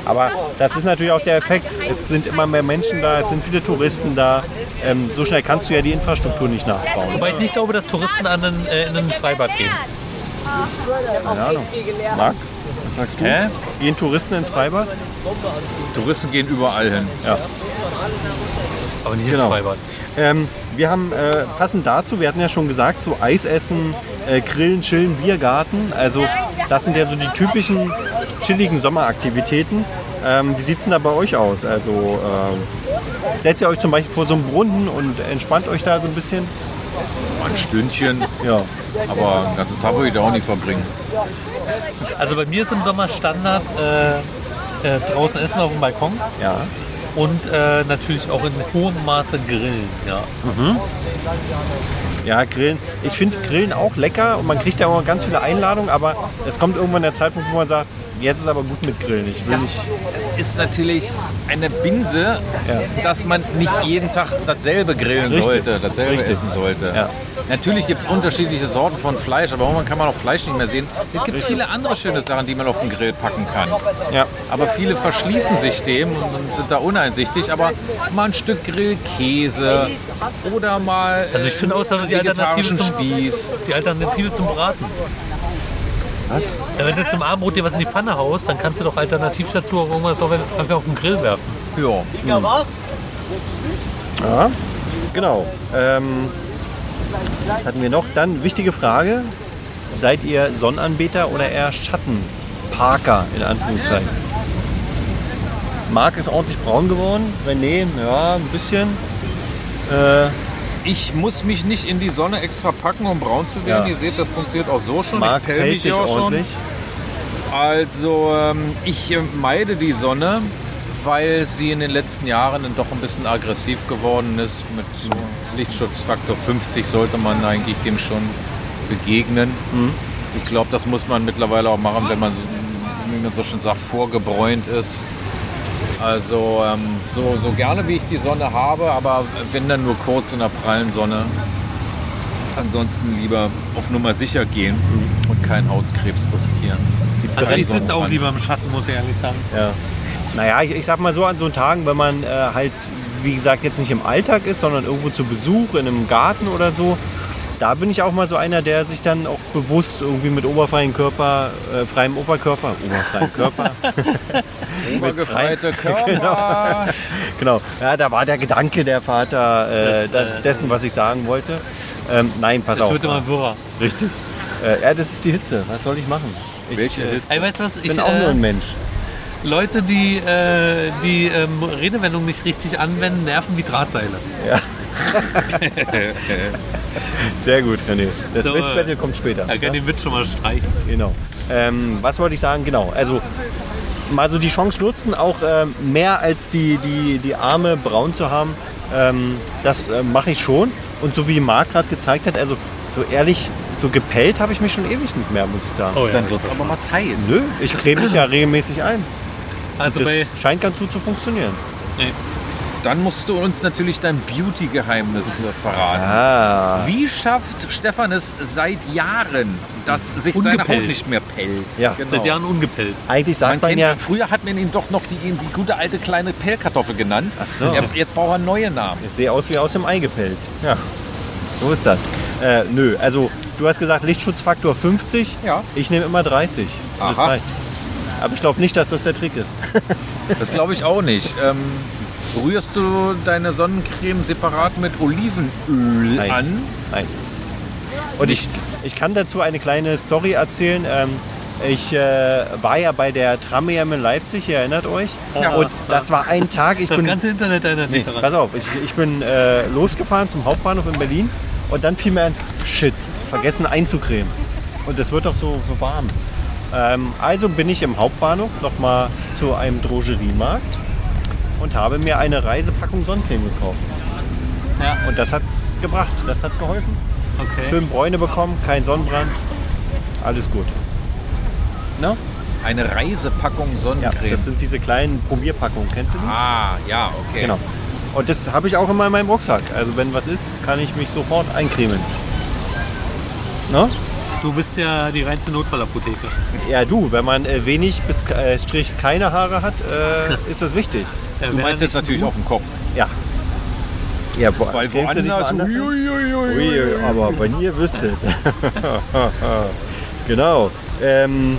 Aber das ist natürlich auch der Effekt. Es sind immer mehr Menschen da, es sind viele Touristen da. Ähm, so schnell kannst du ja die Infrastruktur nicht nachbauen. Wobei ich nicht glaube, dass Touristen an einen, äh, in ein Freibad gehen. Keine Ahnung. Marc, was sagst du? Hä? Gehen Touristen ins Freibad? Touristen gehen überall hin. Aber nicht Genau. ins Freibad. Ähm, wir haben äh, passend dazu, wir hatten ja schon gesagt, so Eisessen, äh, Grillen, Chillen, Biergarten. Also das sind ja so die typischen chilligen Sommeraktivitäten. Ähm, wie sieht es denn da bei euch aus? Also ähm, setzt ihr euch zum Beispiel vor so einen Brunnen und entspannt euch da so ein bisschen? Mal ein <laughs> Stündchen, Ja. aber den also ganzen Tag würde ich da auch nicht verbringen. Also bei mir ist im Sommer Standard äh, äh, draußen essen auf dem Balkon. Ja. Und äh, natürlich auch in hohem Maße grillen. Ja. Ja, Grillen. Ich finde Grillen auch lecker und man kriegt da immer ganz viele Einladungen, aber es kommt irgendwann der Zeitpunkt, wo man sagt, jetzt ist aber gut mit Grillen. Ich will Das, nicht. das ist natürlich eine Binse, dass man nicht jeden Tag dasselbe grillen Richtig. sollte, dasselbe Richtig. essen sollte. Ja. Natürlich gibt es unterschiedliche Sorten von Fleisch, aber irgendwann kann man auch Fleisch nicht mehr sehen. Es gibt viele andere schöne Sachen, die man auf den Grill packen kann. Ja. Aber viele verschließen sich dem und und sind da uneinsichtig. Aber mal ein Stück Grillkäse oder mal Also ich finde außer die Alternative vegetarischen zum Spieß. Die Alternative zum Braten. Was? Ja, wenn du zum Abendbrot dir was in die Pfanne haust, dann kannst du doch alternativ dazu auch irgendwas auf- einfach auf den Grill werfen. Ja. Ja, genau. Ähm, was hatten wir noch? Dann wichtige Frage. Seid ihr Sonnenanbeter oder eher Schattenparker in Anführungszeichen? Marc ist ordentlich braun geworden. René, ja, ein bisschen. Äh, Ich muss mich nicht in die Sonne extra packen, um braun zu werden. Ja. Ihr seht, das funktioniert auch so schon. Marc ich pell hält mich sich ja auch ordentlich. schon. Also ähm, ich äh, meide die Sonne, weil sie in den letzten Jahren dann doch ein bisschen aggressiv geworden ist. Mit so Lichtschutzfaktor 50 sollte man eigentlich dem schon begegnen. Ich glaube, das muss man mittlerweile auch machen, wenn man, so, wie man so schon sagt, vorgebräunt ist. Also ähm, so, so gerne wie ich die Sonne habe, aber wenn dann nur kurz in der prallen Sonne. Ansonsten lieber auf Nummer sicher gehen und keinen Hautkrebs riskieren. Also ich Bremsung sitze auch an. lieber im Schatten, muss ich ehrlich sagen. Ja. Naja, ich, ich sag mal so, an so Tagen, wenn man äh, halt, wie gesagt, jetzt nicht im Alltag ist, sondern irgendwo zu Besuch in einem Garten oder so, da bin ich auch mal so einer, der sich dann auch bewusst irgendwie mit oberfreiem Körper, äh, freiem Oberkörper, <laughs> oberfreiem Körper, Obergefreite Körper. genau. Ja, da war der Gedanke der Vater äh, Das, das, äh, dessen, was ich sagen wollte. Ähm, nein, pass Das auf. wird immer wirrer. Richtig. Äh, ja, das ist die Hitze. Was soll ich machen? Ich Welche äh, Hitze? Ey, weißt du was? Ich bin auch äh, nur ein Mensch. Leute, die äh, die ähm, Redewendung nicht richtig anwenden, nerven wie Drahtseile. Sehr gut, René. Das So, äh, Witzbattle kommt später. Da kann den Witz schon mal streichen. Genau. Ähm, was wollte ich sagen? Genau. Also mal so die Chance nutzen, auch ähm, mehr als die, die, die Arme braun zu haben. Ähm, das äh, mache ich schon. Und so wie Marc gerade gezeigt hat, also so ehrlich, so gepellt habe ich mich schon ewig nicht mehr, muss ich sagen. Dann wird es aber mal Zeit. Nö, ich creme mich ja regelmäßig ein. Also Das bei, scheint ganz gut zu funktionieren. Dann musst du uns natürlich dein Beauty-Geheimnis äh, verraten. Ah. Wie schafft Stefan es seit Jahren, dass sich seine Ungepellt. Haut nicht mehr pellt? Ja. seit genau. Jahren ungepellt. Eigentlich Man sagt man, kennt, ja, Früher hat man ihn doch noch die, die gute alte kleine Pellkartoffel genannt. Ach so. Er- Jetzt braucht er einen neuen Namen. ich sehe aus wie aus dem Ei gepellt. Ja. So ist das. Äh, nö, also du hast gesagt Lichtschutzfaktor 50. Ja. Ich nehme immer 30. Das Aha. reicht. Aber ich glaube nicht, dass das der Trick ist. Das glaube ich auch nicht. Ähm, rührst du deine Sonnencreme separat mit Olivenöl Nein. an? Nein. Und ich, ich kann dazu eine kleine Story erzählen. Ähm, ich äh, war ja bei der Tramjam in Leipzig, ihr erinnert euch. Ja. Und das war ein Tag, ich Das bin ganze Internet erinnert sich Nee, daran. pass auf, ich, ich bin äh, losgefahren zum Hauptbahnhof in Berlin und dann fiel mir ein, shit, vergessen einzucremen. Und das wird doch so, so warm. Ähm, also bin ich im Hauptbahnhof nochmal zu einem Drogeriemarkt und habe mir eine Reisepackung Sonnencreme gekauft. Ja. Und das hat's gebracht, das hat geholfen. Okay. Schön Bräune bekommen, kein Sonnenbrand, alles gut. Ne? Eine Reisepackung Ja, Sonnencreme. das sind diese kleinen Probierpackungen, kennst du die? ah, ja, okay. Genau. Und das habe ich auch immer in meinem Rucksack. Also wenn was ist, kann ich mich sofort eincremen. Ne? Du bist ja die reinste Notfallapotheke. Ja, du, wenn man äh, wenig bis äh, Strich keine Haare hat, <laughs> äh, ist das wichtig. Du meinst jetzt natürlich auf den Kopf. Ja. Ja, boah, Weil kennst du dich woanders. woanders hin? Uiuiui. Ui, aber wenn ihr wüsstet. <laughs> genau. Ähm,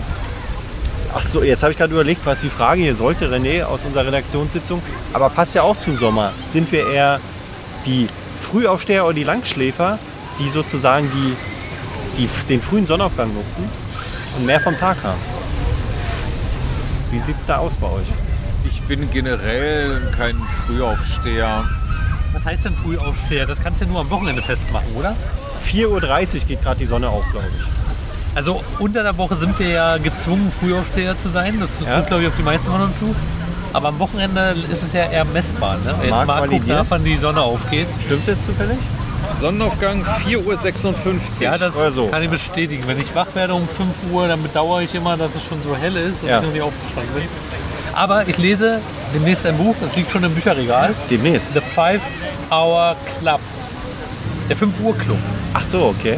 ach so, jetzt habe ich gerade überlegt, was die Frage hier sollte, René, aus unserer Redaktionssitzung. Aber passt ja auch zum Sommer. Sind wir eher die Frühaufsteher oder die Langschläfer, die sozusagen die, die, den frühen Sonnenaufgang nutzen und mehr vom Tag haben? Wie sieht es da aus bei euch? Ich bin generell kein Frühaufsteher. Was heißt denn Frühaufsteher? Das kannst du ja nur am Wochenende festmachen, oder? 4.30 Uhr geht gerade die Sonne auf, glaube ich. Also unter der Woche sind wir ja gezwungen, Frühaufsteher zu sein. Das Ja. trifft, glaube ich, auf die meisten von uns zu. Aber am Wochenende ist es ja eher messbar. Ne? Jetzt Marc mal guckt validiert. nach, wann die Sonne aufgeht. Stimmt das zufällig? Sonnenaufgang 4.56 Uhr. Ja, das Oder so. kann ich bestätigen. Wenn ich wach werde um 5 Uhr, dann bedauere ich immer, dass es schon so hell ist und Ja. ich noch nicht aufgestanden bin. Aber ich lese demnächst ein Buch, das liegt schon im Bücherregal. Demnächst. The Five Hour Club. Der 5 Uhr Club. Ach so, okay.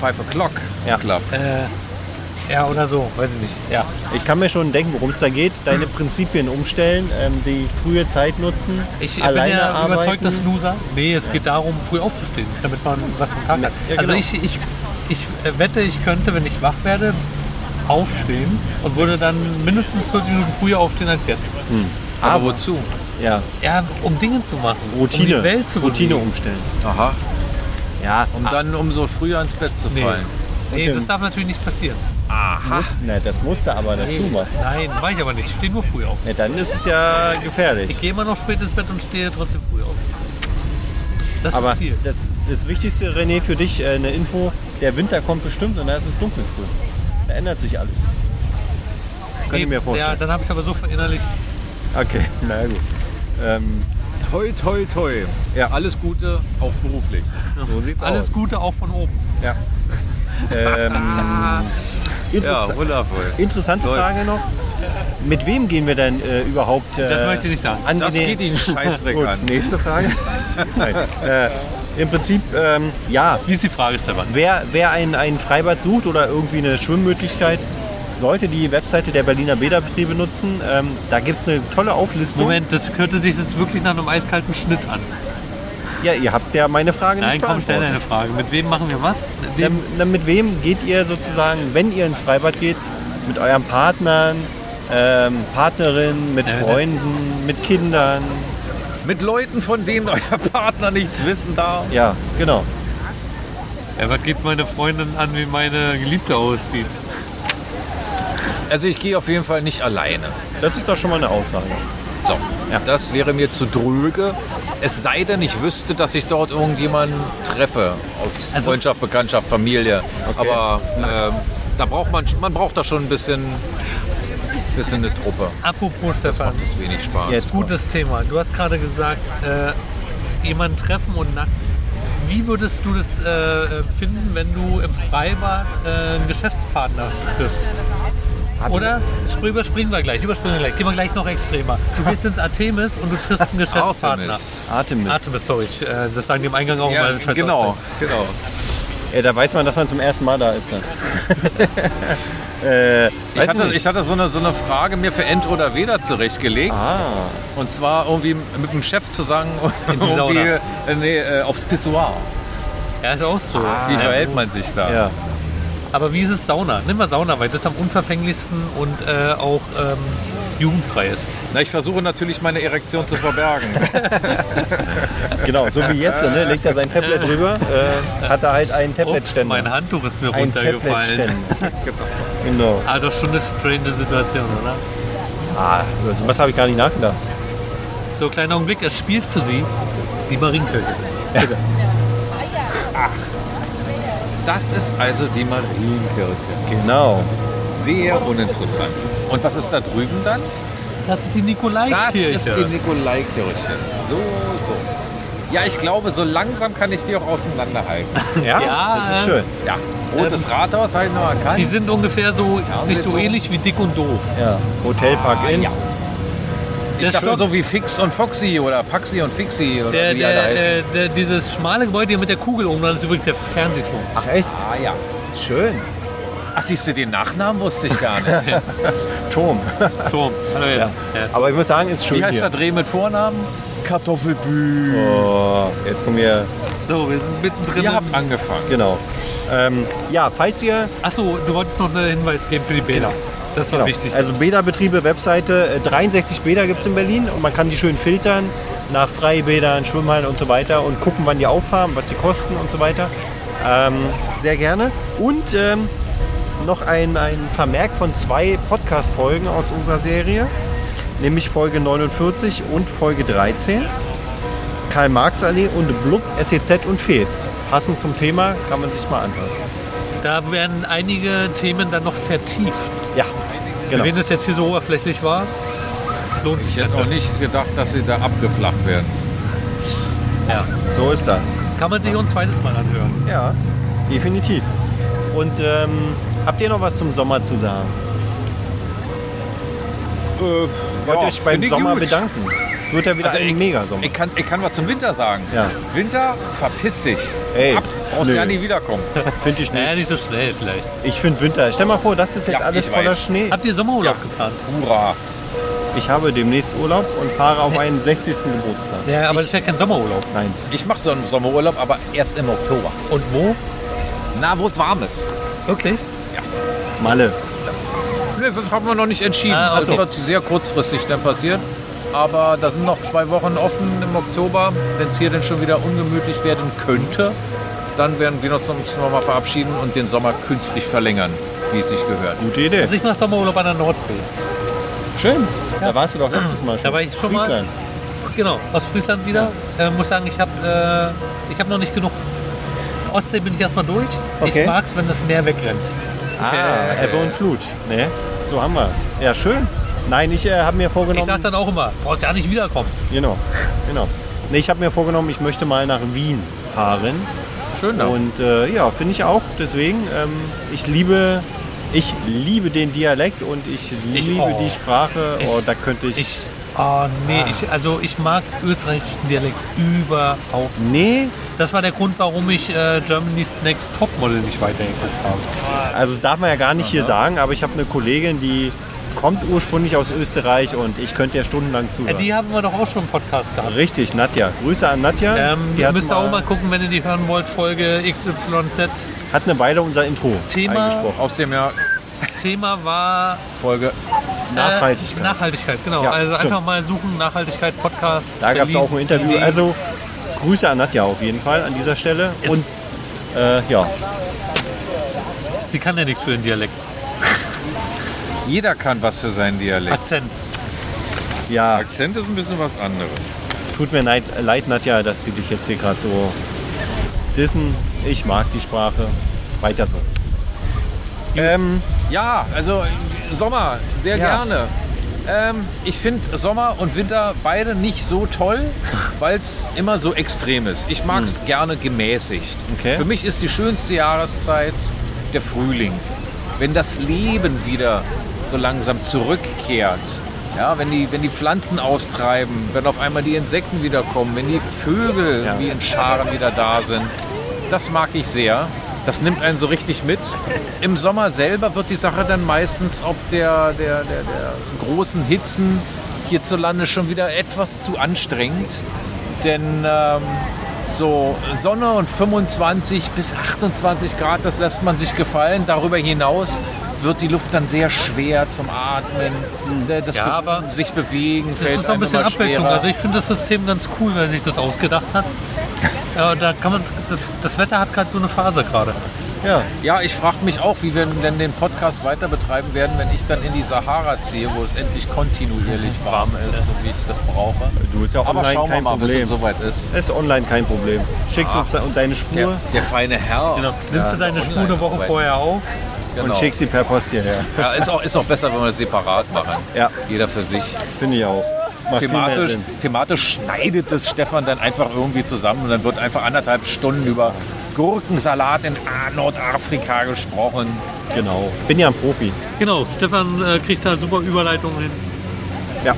5 o'clock Ja. Club. Äh, ja, oder so, weiß ich nicht. Ja. Ich kann mir schon denken, worum es da geht. Deine Prinzipien umstellen, ähm, die frühe Zeit nutzen, Ich alleine bin ja arbeiten. überzeugter Snoozer. Nee, es geht darum, früh aufzustehen, damit man was vom Tag hat. Ja, Also genau. ich, ich, ich äh, wette, ich könnte, wenn ich wach werde, aufstehen und würde dann mindestens 40 Minuten früher aufstehen als jetzt. Aber, Aber- wozu? ja, Ja, um Dinge zu machen. Routine, Um die Welt zu Routine bewegen. umstellen. Aha. Ja, Um dann umso früher ins Bett zu Nee. fallen. Nee, Und das dem- darf natürlich nicht passieren. muss, ne, das musst du aber dazu machen. Nein, mache ich aber nicht. Ich stehe nur früh auf. Ja, dann ist es ja gefährlich. Ich gehe immer noch spät ins Bett und stehe trotzdem früh auf. Das ist aber das Ziel. das, das Wichtigste, René, für dich äh, eine Info: der Winter kommt bestimmt und da ist es dunkel früh. Da ändert sich alles. Könnt ihr mir Ja, vorstellen. dann habe ich es aber so verinnerlicht. Okay, na gut. Ähm, Toi, toi, toi. Ja. Alles Gute, auch beruflich. so sieht's Alles aus. Gute auch von oben. Ja. Ähm, interess Ja, wundervoll. interessante Läuft. Frage noch. Mit wem gehen wir denn äh, überhaupt? Äh, Das möchte ich nicht sagen. Das geht Ihnen Scheißdreck Gut, an. <laughs> nächste Frage. Nein. Äh, Im Prinzip, ähm, ja, Wie ist die Frage, Stefan? wer, wer ein, ein Freibad sucht oder irgendwie eine Schwimmmöglichkeit, sollte die Webseite der Berliner Bäderbetriebe nutzen. Ähm, da gibt es eine tolle Auflistung. Moment, das hörte sich jetzt wirklich nach einem eiskalten Schnitt an. Ja, ihr habt ja meine Frage Nein, nicht komm, stell beantwortet. deine Frage. Mit wem machen wir was? Mit wem? Dann, dann mit wem geht ihr sozusagen, wenn ihr ins Freibad geht, mit euren Partnern, ähm, Partnerinnen, mit Ja, Freunden, mit Kindern? Mit Leuten, von denen euer Partner nichts wissen darf. Ja, genau. Ja, was geht meine Freundin an, wie meine Geliebte aussieht? Also ich gehe auf jeden Fall nicht alleine. Das ist doch schon mal eine Aussage. So, Ja. das wäre mir zu dröge. Es sei denn, ich wüsste, dass ich dort irgendjemanden treffe. Aus Also- Freundschaft, Bekanntschaft, Familie. Okay. Aber ähm, da braucht man, man braucht da schon ein bisschen, bisschen eine Truppe. Apropos, Stefan. Das ist wenig Spaß. Jetzt gut. Gutes Thema. Du hast gerade gesagt, äh, jemanden treffen und nackt. Wie würdest du das äh, finden, wenn du im Freibad äh, einen Geschäftspartner triffst? Oder Spr- überspringen wir gleich, überspringen wir gleich. Gehen wir gleich noch extremer. Du gehst ins Artemis und du triffst einen Geschäftspartner. Artemis. Artemis. Artemis, sorry. Ich, äh, das sagen die im Eingang auch Ja, weil ich halt genau, genau. Ja, da weiß man, dass man zum ersten Mal da ist dann. äh, Ich hatte, ich hatte so eine, so eine Frage mir für Ent oder Weder zurechtgelegt. ah, Und zwar irgendwie mit dem Chef zusammen die Sauna. <laughs> irgendwie, äh, nee, äh, aufs Pissoir. Ah, Ja, ist auch so. Wie verhält man sich da? ja. Aber wie ist es Sauna? Nimm mal Sauna, weil das am unverfänglichsten und äh, auch ähm, jugendfrei ist. Na, ich versuche natürlich meine Erektion zu verbergen. Genau, so wie jetzt, ne, legt er sein Tablet drüber, äh, hat er halt einen Ups, mein Tablet-Ständer. Handtuch ist mir Ein runtergefallen. Tablet-Ständer. Genau. Ah, doch schon eine strange Situation, oder? Ah, über sowas habe ich gar nicht nachgedacht. So, kleiner Augenblick, es spielt für sie die Marienköchin. Das ist also die Marienkirche. Genau. Sehr uninteressant. Und was ist da drüben dann? Das ist die Das Nikolaikirche. ist die Nikolaikirche. So, so. Ja, ich glaube, so langsam kann ich die auch auseinanderhalten. Ja, Ja, das ist äh, schön. Ja, Rotes Rathaus habe ich noch erkannt. Ähm, Die sind ungefähr so, Ja, sich so Beton. ähnlich wie dick und doof. Ja. Hotelpark Ah, Inn. ja. Ich Das dachte schon- so wie Fix und Foxy oder Paxi und Fixi oder Der, wie die alle der, heißen. der, der, dieses schmale Gebäude hier mit der Kugel oben, dran ist übrigens der Fernsehturm. Ach echt? Ah ja. Schön. Ach, siehst du, den Nachnamen wusste ich gar <laughs> nicht. Turm. <laughs> Turm. Hallo, ja. Ja. Aber ich muss sagen, ist schön Wie heißt der hier. Dreh mit Vornamen? Kartoffelbü. Oh, jetzt kommen wir, So, wir sind mittendrin. Ihr im- habt angefangen. genau. Ähm, ja, falls ihr Achso, du wolltest noch einen Hinweis geben für die Bäder. Das war Genau. wichtig. Also Bäderbetriebe, Webseite, äh, 63 Bäder gibt es in Berlin und man kann die schön filtern nach Freibädern, Schwimmhallen und so weiter und gucken, wann die aufhaben, was die kosten und so weiter. Ähm, sehr gerne. Und ähm, noch ein, ein Vermerk von zwei Podcast-Folgen aus unserer Serie, nämlich Folge 49 und Folge 13. Karl-Marx-Allee und Blub, SEZ und Fez. Passend zum Thema kann man sich mal anhören. da werden einige Themen dann noch vertieft. Ja, genau. Wenn das jetzt hier so oberflächlich war, lohnt sich Ich hätte auch nicht gedacht, dass sie da abgeflacht werden. Ja. So ist das. Kann man sich auch ein zweites Mal anhören. Ja, definitiv. Und ähm, habt ihr noch was zum Sommer zu sagen? Wollt ihr euch beim find Äh, ich Sommer gut. bedanken? Es wird ja wieder Also ein ich- Megasommer. Ich kann, ich kann was zum Winter sagen. Ja. Winter, verpiss dich. Ey, Ab, brauchst nö. ja <laughs> nie wiederkommen. Finde ich Naja, nicht nicht. so schnell vielleicht. Ich finde Winter. Stell mal vor, das ist jetzt Ja, alles ich voller weiß. Schnee. Habt ihr Sommerurlaub geplant? Hurra. Ich habe demnächst Urlaub und fahre auf meinen 60. Geburtstag. Ja, aber das ist ja kein Sommerurlaub. Nein. Ich mache so einen Sommerurlaub, aber erst im Oktober. Und wo? Na, wo es warm ist. Wirklich? Malle. Nö, das haben wir noch nicht entschieden. Ah, Das okay. wird sehr kurzfristig dann passieren. Aber da sind noch zwei Wochen offen im Oktober. Wenn es hier dann schon wieder ungemütlich werden könnte, dann werden wir uns uns noch mal verabschieden und den Sommer künstlich verlängern, wie es sich gehört. Gute Idee. Also ich mache Sommerurlaub an der Nordsee. schön. Da warst du doch letztes Mal schon. Da war ich schon mal. Friesland. Genau, aus Friesland wieder. Äh, muss sagen, ich habe äh, ich hab noch nicht genug. Ostsee bin ich erstmal durch. Okay. Ich mag es, wenn das Meer wegrennt. Ah, Äh. Ebbe und Flut. Ne? So haben wir. Ja, schön. Nein, ich äh, habe mir vorgenommen. Ich sag dann auch immer, brauchst ja nicht wiederkommen. Genau, genau. Nee, ich habe mir vorgenommen, ich möchte mal nach Wien fahren. Schön da. Genau. Und äh, ja, finde ich auch. Deswegen, ähm, ich liebe, ich liebe den Dialekt und ich liebe Ich auch. die Sprache. Ich- oh, da könnte ich, Ich, oh nee, ich, also ich mag österreichischen Dialekt überhaupt. Nee, Das war der Grund, warum ich äh, Germany's Next Topmodel nicht weitergeguckt habe. also das darf man ja gar nicht hier sagen, aber ich habe eine Kollegin, die kommt ursprünglich aus Österreich und ich könnte ja stundenlang Äh, zuhören. die haben wir doch auch schon im Podcast gehabt. Richtig, Nadja. Grüße an Nadja. Ähm, die ihr hat, müsst auch mal mal, gucken, wenn ihr die hören wollt, Folge XYZ. hat eine Weile unser Intro Thema- eingesprochen. Aus dem Jahr Thema war Folge. Nachhaltigkeit. Äh, Nachhaltigkeit, genau. Ja, also stimmt. einfach mal suchen, Nachhaltigkeit, Podcast. Da gab es Berlin, auch ein Interview. Berlin. Also Grüße an Nadja auf jeden Fall an dieser Stelle. Ist- Und äh, ja, sie kann ja nichts für den Dialekt. Jeder kann was für seinen Dialekt. Akzent. ja, Akzent ist ein bisschen was anderes. tut mir leid, leid Nadja, dass sie dich jetzt hier gerade so dissen. Ich mag die Sprache. Weiter Hm. so. Ähm, Ja, also Sommer, sehr Ja. gerne. Ähm, ich finde Sommer und Winter beide nicht so <laughs> toll, weil es immer so extrem ist. Ich mag es gerne gemäßigt. Okay. Für mich ist die schönste Jahreszeit der Frühling. Wenn das Leben wieder so langsam zurückkehrt, ja, wenn, die, wenn die Pflanzen austreiben, wenn auf einmal die Insekten wiederkommen, wenn die Vögel Ja. wie in Scharen wieder da sind, das mag ich sehr. Das nimmt einen so richtig mit. Im Sommer selber wird die Sache dann meistens ob der, der, der, der großen Hitzen hierzulande schon wieder etwas zu anstrengend. Denn ähm, so Sonne und 25 bis 28 Grad, das lässt man sich gefallen. Darüber hinaus wird die Luft dann sehr schwer zum Atmen. Äh, Das Ja, Be- aber sich bewegen Das fällt ist auch ein einem bisschen immer Abwechslung. schwerer. Also ich finde das System ganz cool, wenn sich das ausgedacht <laughs> hat. Ja, da kann man das, das Wetter hat gerade so eine Phase gerade. ja, Ja, ich frage mich auch, wie wir denn den Podcast weiter betreiben werden, wenn ich dann in die Sahara ziehe, wo es endlich kontinuierlich warm ist, so wie ich das brauche. du ist ja Aber online schauen wir kein mal, bis es Problem. soweit ist. Ist online kein Problem. Schickst uns da, und deine Spur Der, der feine Herr. Genau. Nimmst Ja, du deine online Spur eine Woche arbeiten. vorher auf? Genau. und schickst sie per Post hierher. Ja, ist auch, ist auch besser, wenn wir das separat machen. Ja, Jeder für sich. finde ich auch. Macht viel mehr Thematisch, Sinn. thematisch schneidet es Stefan dann einfach irgendwie zusammen und dann wird einfach anderthalb Stunden über Gurkensalat in ah, Nordafrika gesprochen. Genau. Bin ja ein Profi. Genau, Stefan äh, kriegt da super Überleitungen hin. Ja.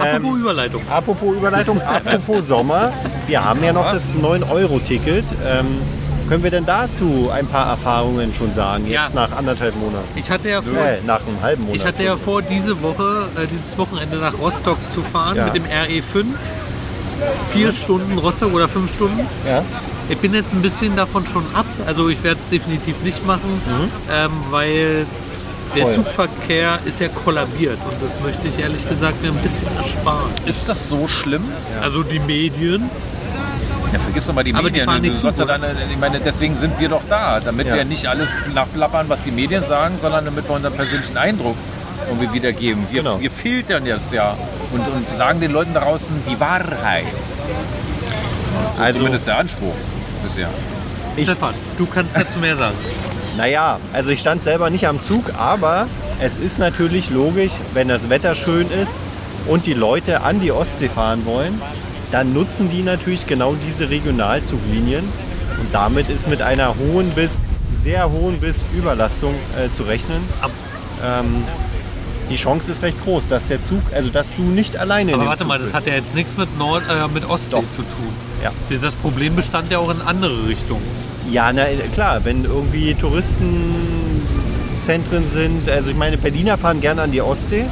Apropos Ähm, Überleitung. Apropos Überleitung, apropos Sommer, wir haben ja noch das 9-Euro-Ticket. Ähm, können wir denn dazu ein paar Erfahrungen schon sagen, jetzt Ja. nach anderthalb Monaten? Ich hatte ja vor, Äh, nach einem halben Monat. ich hatte ja vor diese Woche, äh, dieses Wochenende nach Rostock zu fahren Ja. mit dem RE5. Vier Stunden Rostock oder fünf Stunden. ja? Ich bin jetzt ein bisschen davon schon ab. Also ich werde es definitiv nicht machen, ähm, weil der Mhm. Voll. Zugverkehr ist ja kollabiert und das möchte ich ehrlich gesagt mir ein bisschen ersparen. Ist das so schlimm? Also die Medien. Ja, vergiss doch mal die Aber die Medien. fahren Du nicht sollst zu, ja dann, ich meine, deswegen sind wir doch da, damit Ja. wir nicht alles nachplappern, was die Medien sagen, sondern damit wir unseren persönlichen Eindruck irgendwie wiedergeben. Wir, Genau. wir filtern jetzt ja und, und sagen den Leuten da draußen die Wahrheit. Also, Zumindest der Anspruch bisher. Ich- Stefan, du kannst dazu mehr sagen. naja, also ich stand selber nicht am Zug, aber es ist natürlich logisch, wenn das Wetter schön ist und die Leute an die Ostsee fahren wollen, dann nutzen die natürlich genau diese Regionalzuglinien und damit ist mit einer hohen bis sehr hohen bis Überlastung äh, zu rechnen. Ab- Ähm, die Chance ist recht groß, dass der Zug, also dass du nicht alleine in Aber dem warte Zug mal, das bist. hat ja jetzt nichts mit Nord, äh, mit Ostsee Doch. zu tun. Ja. Das Problem bestand ja auch in andere Richtungen. Ja, na äh, klar, wenn irgendwie Touristenzentren sind. Also ich meine, Berliner fahren gerne an die Ostsee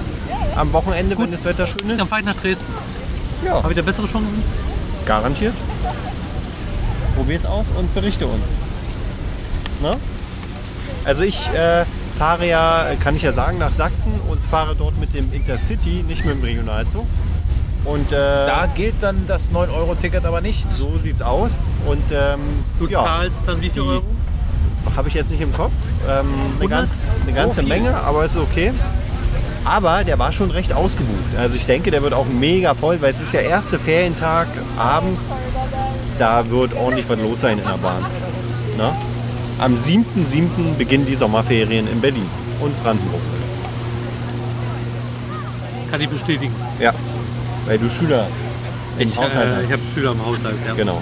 am Wochenende, wenn das Wetter schön ist. Dann fahre ich nach Dresden. Ja. Habe ich da bessere Chancen? Garantiert. Probier's aus und berichte uns. Ne? Also ich äh, fahre ja, kann ich ja sagen, nach Sachsen und fahre dort mit dem Intercity, nicht mit dem Regionalzug. Und äh, Da gilt dann das 9-Euro-Ticket aber nicht. so sieht's aus. Und ähm, Du ja, zahlst dann wie viel Die- Euro? habe ich jetzt nicht im Kopf. Ähm, 100? eine ganz, eine So ganze viel? Menge, aber ist okay. Aber der war schon recht ausgebucht. Also ich denke, der wird auch mega voll, weil es ist der erste Ferientag abends. Da wird ordentlich was los sein in der Bahn. Na? Ne? Am 7.7. beginnen die Sommerferien in Berlin und Brandenburg. Kann ich bestätigen. Ja, weil du Schüler im Ich, Haushalt äh, hast. ich habe Schüler im Haushalt. Ja. Genau.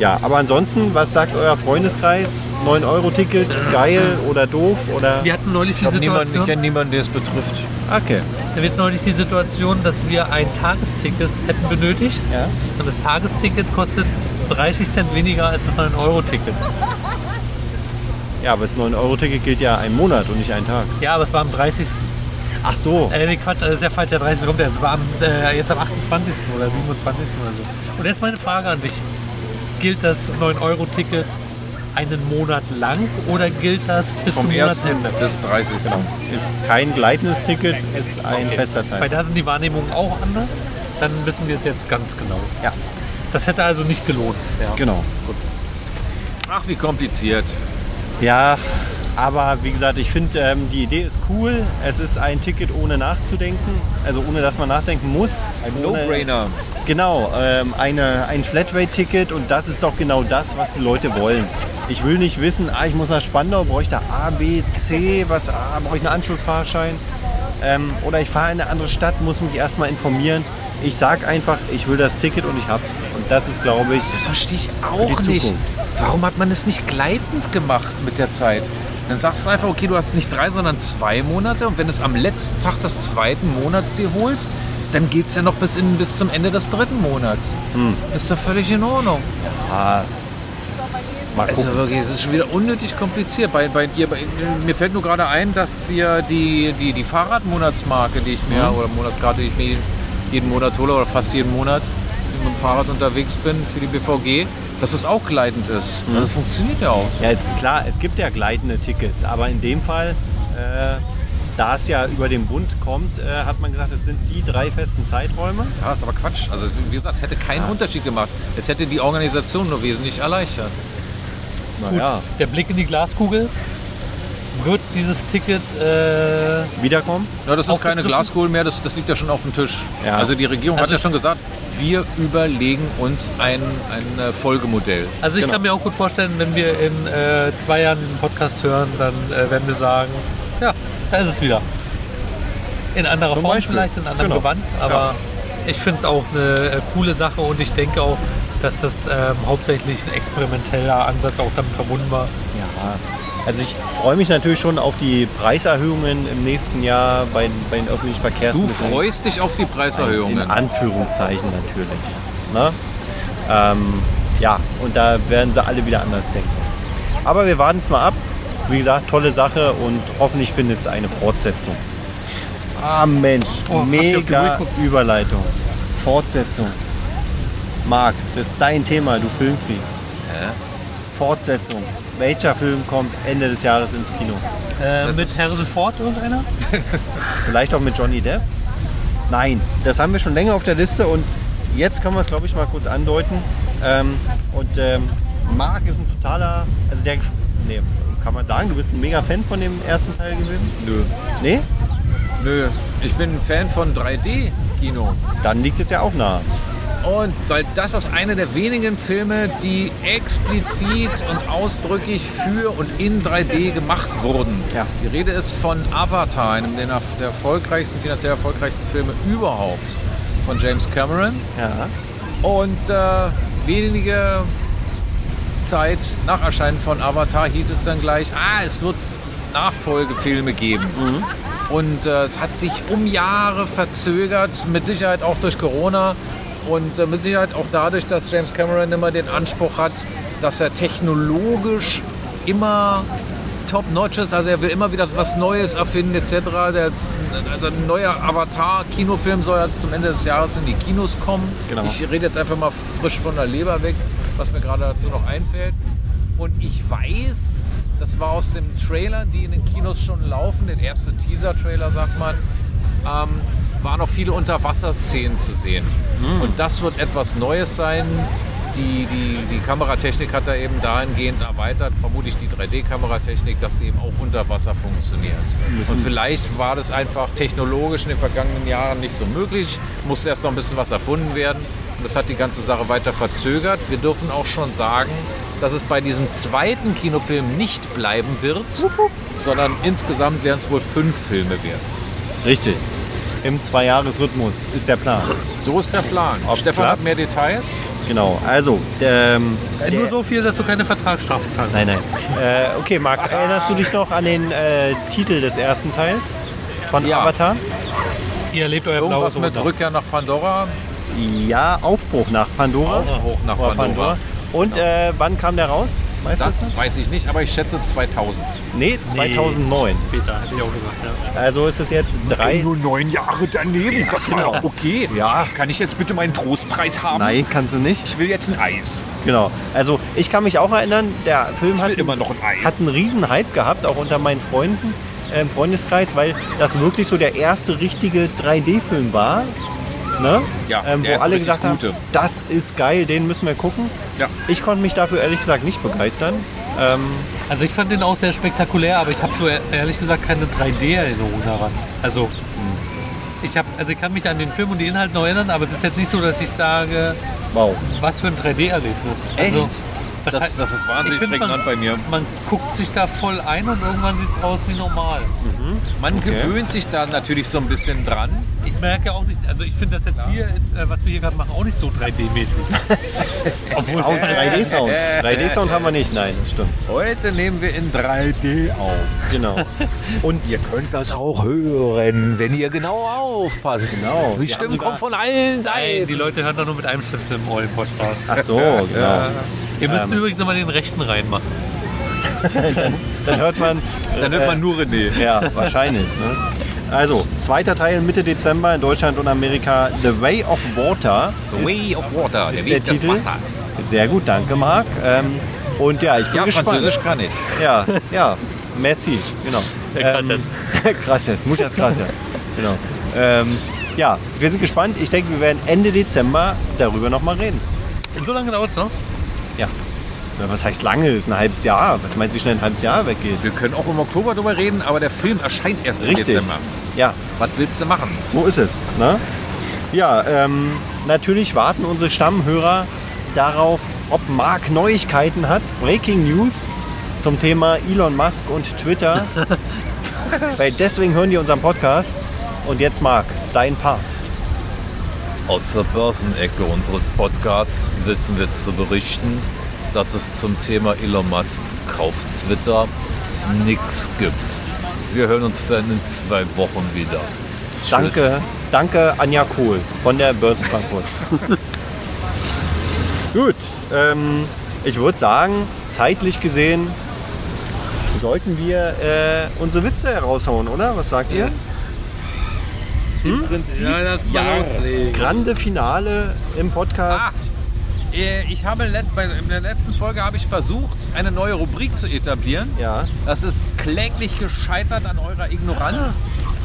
Ja, aber ansonsten, was sagt euer Freundeskreis? 9-Euro-Ticket, geil oder doof? Oder? Wir hatten neulich die Ich habe niemanden, ich Situation. kenne niemanden, der es betrifft. Okay. Da wird neulich die Situation, dass wir ein Tagesticket hätten benötigt. Ja. Und das Tagesticket kostet 30 Cent weniger als das 9-Euro-Ticket. ja, aber das 9-Euro-Ticket gilt ja einen Monat und nicht einen Tag. Ja, aber es war am 30. Ach so. Äh, nee, Quatsch, das ist der falsche 30. kommt erst. Es war am, äh, jetzt am 28. oder 27. oder so. Und jetzt meine Frage an dich. Gilt das 9-Euro-Ticket einen Monat lang oder gilt das bis Vom zum 1. Monatsende? bis 30. Ist kein gleitendes Ticket, ist ein fester Weil Zeit. da sind die Wahrnehmungen auch anders. Dann wissen wir es jetzt ganz genau. Ja. Das hätte also nicht gelohnt. Ja. Genau. Ach, wie kompliziert. Ja, aber wie gesagt, ich finde, ähm, die Idee ist cool. Es ist ein Ticket ohne nachzudenken, also ohne dass man nachdenken muss. Ohne- No-brainer. Genau, ähm, eine, ein Flatrate-Ticket und das ist doch genau das, was die Leute wollen. Ich will nicht wissen, ah, ich muss nach Spandau, brauche ich da A, B, C, was, ah, brauche ich einen Anschlussfahrschein? Ähm, oder ich fahre in eine andere Stadt, muss mich erstmal informieren. Ich sag einfach, ich will das Ticket und ich hab's. Und das ist, glaube ich, Das verstehe ich Für auch die nicht. Zukunft. Warum hat man es nicht gleitend gemacht mit der Zeit? Dann sagst du einfach, okay, du hast nicht drei, sondern zwei Monate und wenn du es am letzten Tag des zweiten Monats dir holst, dann geht es ja noch bis, in, bis zum Ende des dritten Monats. Hm. Ist doch völlig in Ordnung. mal Also gucken. wirklich, es ist schon wieder unnötig kompliziert. Bei, bei dir, bei, mir fällt nur gerade ein, dass hier die, die, die Fahrradmonatsmarke, die ich mir, Mhm. oder Monatskarte, die ich mir jeden Monat hole, oder fast jeden Monat, wenn ich mit dem Fahrrad unterwegs bin für die BVG, dass das auch gleitend ist. Mhm. Also funktioniert ja auch. Ja, ist klar, es gibt ja gleitende Tickets, aber in dem Fall, äh, da es ja über den Bund kommt, äh, hat man gesagt, es sind die drei festen Zeiträume. Ja, ist aber Quatsch. Also wie gesagt, es hätte keinen Unterschied gemacht. Es hätte die Organisation nur wesentlich erleichtert. Na Gut, ja, der Blick in die Glaskugel. Wird dieses Ticket äh, wiederkommen. Ja, das ist keine Aufgegriffen? Glaskugel mehr, das, das liegt ja schon auf dem Tisch. mhm. Ja. Also die Regierung Also- hat ja schon gesagt, wir überlegen uns ein, ein äh, Folgemodell. Also ich Genau. kann mir auch gut vorstellen, wenn wir in äh, zwei Jahren diesen Podcast hören, dann äh, werden wir sagen, ja, da ist es wieder. In anderer Zum Form Beispiel. vielleicht, in anderem Genau. Gewand, aber Ja. ich finde es auch eine äh, coole Sache und ich denke auch, dass das ähm, hauptsächlich ein experimenteller Ansatz auch damit verbunden war. Ja, also ich freue mich natürlich schon auf die Preiserhöhungen im nächsten Jahr bei, bei den öffentlichen Du Verkehrsmitteln. freust dich auf die Preiserhöhungen. In Anführungszeichen natürlich. Ne? Ähm, ja, und da werden sie alle wieder anders denken. Aber wir warten es mal ab. Wie gesagt, tolle Sache und hoffentlich findet es eine Fortsetzung. Ah Mensch, Oh, habt ihr auf die Uhr mega geguckt? Überleitung. Fortsetzung. Marc, das ist dein Thema, du Filmfreak. Fortsetzung. Welcher Film kommt Ende des Jahres ins Kino? Äh, Das mit ist- Harrison Ford irgendeiner? Vielleicht auch mit Johnny Depp? Nein, das haben wir schon länger auf der Liste und jetzt können wir es, glaube ich, mal kurz andeuten. Ähm, und ähm, Marc ist ein totaler, also der, nee, kann man sagen, du bist ein mega Fan von dem ersten Teil gewesen? Nö. Nee? Nö. Ich bin ein Fan von 3D-Kino. Dann liegt es ja auch nahe. Und weil das ist einer der wenigen Filme, die explizit und ausdrücklich für und in 3D gemacht wurden. Ja. Die Rede ist von Avatar, einem der, nach- der erfolgreichsten, finanziell erfolgreichsten Filme überhaupt von James Cameron. Ja. Und äh, wenige Zeit nach Erscheinen von Avatar hieß es dann gleich, ah, es wird Nachfolgefilme geben. Und äh, es hat sich um Jahre verzögert, mit Sicherheit auch durch Corona und äh, mit Sicherheit auch dadurch, dass James Cameron immer den Anspruch hat, dass er technologisch immer top-notch ist. Also er will immer wieder was Neues erfinden etc. Der, also ein neuer Avatar-Kinofilm soll jetzt zum Ende des Jahres in die Kinos kommen. Genau. Ich rede jetzt einfach mal frisch von der Leber weg, was mir gerade dazu noch einfällt. Und ich weiß, das war aus den Trailern, die in den Kinos schon laufen, den ersten Teaser-Trailer, sagt man, ähm, waren noch viele Unterwasserszenen zu sehen. Und das wird etwas Neues sein. Die, die, die Kameratechnik hat da eben dahingehend erweitert, vermutlich die 3D-Kameratechnik, dass sie eben auch unter Wasser funktioniert. Und vielleicht war das einfach technologisch in den vergangenen Jahren nicht so möglich, musste erst noch ein bisschen was erfunden werden. Und das hat die ganze Sache weiter verzögert. Wir dürfen auch schon sagen, dass es bei diesem zweiten Kinofilm nicht bleiben wird, sondern insgesamt werden es wohl fünf Filme werden. Richtig. Im Zweijahresrhythmus ist der Plan. So ist der Plan. Ob's Stefan klappt? hat mehr Details. Genau. Also, ähm, Nur so viel, dass du keine Vertragsstrafe zahlst. Nein, nein. Äh, okay, Marc, erinnerst du dich noch an den äh, Titel des ersten Teils von Ja. Avatar? Ihr erlebt euer Äh, Irgendwas blaues mit Wunder. Rückkehr nach Pandora, Ja, Aufbruch nach Pandora. Hoch nach Oder Pandora. Und äh, wann kam der raus? Weißt du Das weiß ich nicht, aber ich schätze 2000. Nee, 2009. Später, hätte ich auch gesagt. Ja. Also ist es jetzt drei. neun Jahre daneben. das war ja okay. Ja. Kann ich jetzt bitte meinen Trostpreis haben? Nein, kannst du nicht. Ich will jetzt ein Eis. Genau. Also ich kann mich auch erinnern, der Film hat, will immer noch ein Eis. hat einen riesen Hype gehabt, auch unter meinen Freunden äh, im Freundeskreis, weil das wirklich so der erste richtige 3D-Film war. Ne? Ja, ähm, der wo ist alle richtig gesagt haben, gute. das ist geil, den müssen wir gucken. Ja. Ich konnte mich dafür ehrlich gesagt nicht begeistern. Ähm, Also ich fand den auch sehr spektakulär, aber ich habe so e- ehrlich gesagt keine 3D-Erinnerung daran. Also ich, hab, also ich kann mich an den Film und die Inhalte noch erinnern, aber es ist jetzt nicht so, dass ich sage, wow. was für ein 3D-Erlebnis. Echt? Also, das, Das, heißt, Also, das ist wahnsinnig ich find, prägnant man, bei mir. man guckt sich da voll ein und irgendwann sieht es aus wie normal. Man gewöhnt sich da natürlich so ein bisschen dran. Ich merke auch nicht, also ich finde das jetzt hier, äh, was wir hier gerade machen, auch nicht so 3D-mäßig. Obwohl Sound, 3D-Sound. 3D-Sound haben wir nicht, nein, das stimmt. Heute nehmen wir in 3D auf. Genau. Und Ihr könnt das auch hören, wenn ihr genau aufpasst. Genau. Die Wir Stimmen haben sogar- kommen von allen Nein, Seiten. die Leute hören da nur mit einem Schlips im euren Podcast. ach so, genau. Ihr müsst übrigens immer den rechten reinmachen. Dann hört man. Dann hört man nur René. Ja, wahrscheinlich. Ne? Also, zweiter Teil Mitte Dezember in Deutschland und Amerika, The Way of Water. The Way of Water, der ist Weg der des Titel. Wassers. Sehr gut, danke Marc. Ähm, und ja, ich bin Ja, gespannt. Französisch kann ich. Ja, ja, Messi, genau. Gracias. Ähm, <laughs> gracias, muchas gracias. Genau. Ähm, ja, wir sind gespannt. Ich denke, wir werden Ende Dezember darüber nochmal reden. Und so lange dauert es noch? Ja. Na, was heißt lange? Das ist ein halbes Jahr. Was meinst du, wie schnell ein halbes Jahr weggeht? Wir können auch im Oktober drüber reden, aber der Film erscheint erst im Richtig. Dezember. Ja, Was willst du machen? So ist es. Ne? Ja, ähm, natürlich warten unsere Stammhörer darauf, ob Marc Neuigkeiten hat. Breaking News zum Thema Elon Musk und Twitter. Weil deswegen hören die unseren Podcast. Und jetzt, Marc, dein Part. Aus der Börsenecke unseres Podcasts wissen wir zu berichten, dass es zum Thema Elon Musk kauft Twitter nichts gibt. Wir hören uns dann in zwei Wochen wieder. Tschüss. Danke, danke Anja Kohl von der <laughs> Börse Frankfurt. Gut, ähm, ich würde sagen, zeitlich gesehen sollten wir äh, unsere Witze heraushauen, oder? Was sagt ihr? Im Prinzip, das ja. Grande Finale im Podcast. Äh, Ich habe let- bei- in der letzten Folge habe ich versucht, eine neue Rubrik zu etablieren. Ja. Das ist kläglich gescheitert an eurer Ignoranz.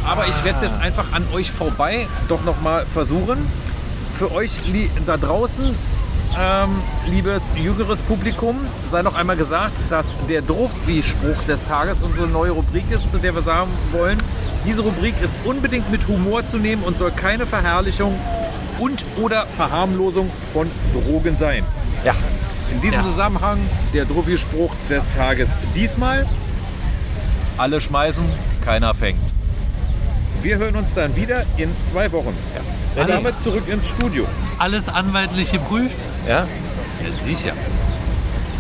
Aber ich werde es jetzt einfach an euch vorbei doch nochmal versuchen. Für euch li- da draußen, ähm, liebes jüngeres Publikum, sei noch einmal gesagt, dass der Dropby-Spruch des Tages unsere neue Rubrik ist, zu der wir sagen wollen, diese Rubrik ist unbedingt mit Humor zu nehmen und soll keine Verherrlichung und oder Verharmlosung von Drogen sein. Ja. In diesem Zusammenhang der Druffi-Spruch des Tages diesmal. Alle schmeißen, keiner fängt. Wir hören uns dann wieder in zwei Wochen. Wenn ich- Damit zurück ins Studio. Alles anwaltlich geprüft. ja. sicher.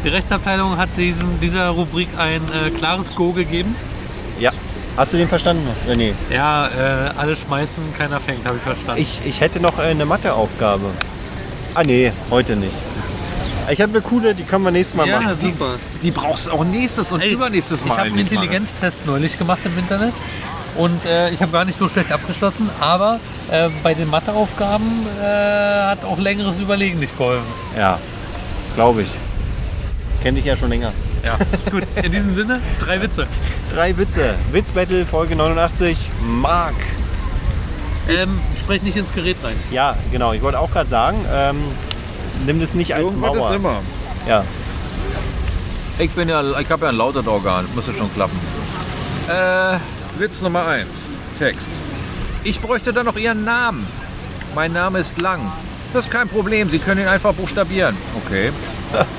Die Rechtsabteilung hat diesem, dieser Rubrik ein äh, klares Go gegeben. Ja. Hast du den verstanden? Oder nee. Ja, äh, alle schmeißen, keiner fängt, habe ich verstanden. Ich, ich hätte noch äh, eine Matheaufgabe. Ah nee, heute nicht. Ich habe eine coole, die können wir nächstes Mal machen. super. Die brauchst du auch nächstes und übernächstes Ich habe Mal. einen mitmachen. Intelligenztest neulich gemacht im Internet und äh, ich habe gar nicht so schlecht abgeschlossen, aber äh, bei den Matheaufgaben äh, hat auch längeres Überlegen nicht geholfen. Ja, glaube ich. Kenne dich ja schon länger. Ja. <laughs> Gut, in diesem Sinne, drei Witze. Drei Witze. Witzbattle Folge 89. Marc. Ähm, sprech nicht ins Gerät rein. Ja, genau. Ich wollte auch gerade sagen, ähm, nimm das nicht als Irgendwas ist Mauer. immer. Ja. Ich bin ja, ich habe ja ein lautes Organ, müsste schon klappen. Äh, Witz Nummer 1, Text. Ich bräuchte dann noch Ihren Namen. Mein Name ist Lang. Das ist kein Problem, Sie können ihn einfach buchstabieren. Okay.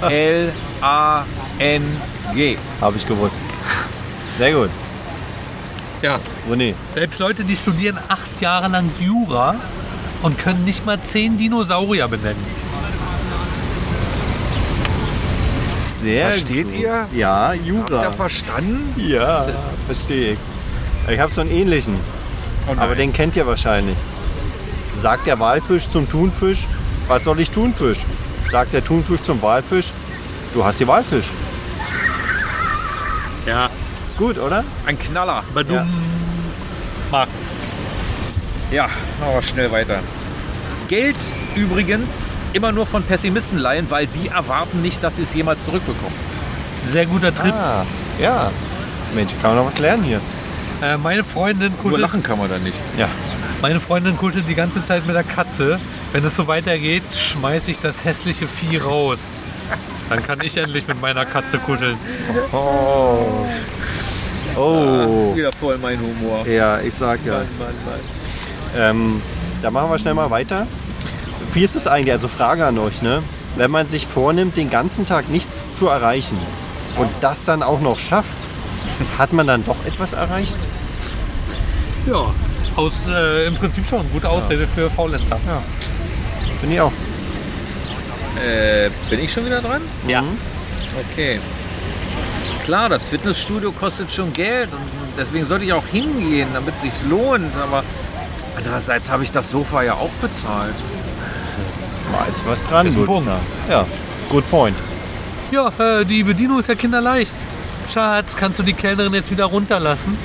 L-A-N-G. Habe ich gewusst. Sehr gut. Ja. René, Selbst Leute, die studieren acht Jahre lang Jura und können nicht mal zehn Dinosaurier benennen. sehr Versteht gut. ihr? Ja, Habt Jura. ihr verstanden? Ja, verstehe ich. Ich habe so einen ähnlichen, Oh aber den kennt ihr wahrscheinlich. Sagt der Walfisch zum Thunfisch, was soll ich Thunfisch? Sagt der Thunfisch zum Walfisch, du hast die Walfisch. Ja. Gut, oder? Ein Knaller. Aber du Ja. Marc. Ja, machen wir schnell weiter. Geld übrigens immer nur von Pessimisten leihen, weil die erwarten nicht, dass sie es jemals zurückbekommen. Sehr guter Trip. Ah, ja. Mensch, kann man noch was lernen hier. Äh, meine Freundin Ah. Nur kuschelt lachen kann man da nicht. Ja, Meine Freundin kuschelt die ganze Zeit mit der Katze. Wenn es so weitergeht, schmeiß ich das hässliche Vieh raus. Dann kann ich endlich mit meiner Katze kuscheln. Oh. Oh. Wieder voll mein Humor. Ja, ich sag ja. Ähm, da machen wir schnell mal weiter. Wie ist es eigentlich, also Frage an euch, ne? Wenn man sich vornimmt, den ganzen Tag nichts zu erreichen und das dann auch noch schafft, hat man dann doch etwas erreicht? Ja, aus, äh, im Prinzip schon. Gute Ausrede für Faulenzer. Bin ich auch. Äh, bin ich schon wieder dran? Ja. Mhm. Okay. Klar, das Fitnessstudio kostet schon Geld und deswegen sollte ich auch hingehen, damit es sich lohnt. Aber andererseits habe ich das Sofa ja auch bezahlt. Da ist was dran, Ist ein würde Punkt. ich sagen. Ja, good point. Ja, äh, die Bedienung ist ja kinderleicht. Schatz, kannst du die Kellnerin jetzt wieder runterlassen?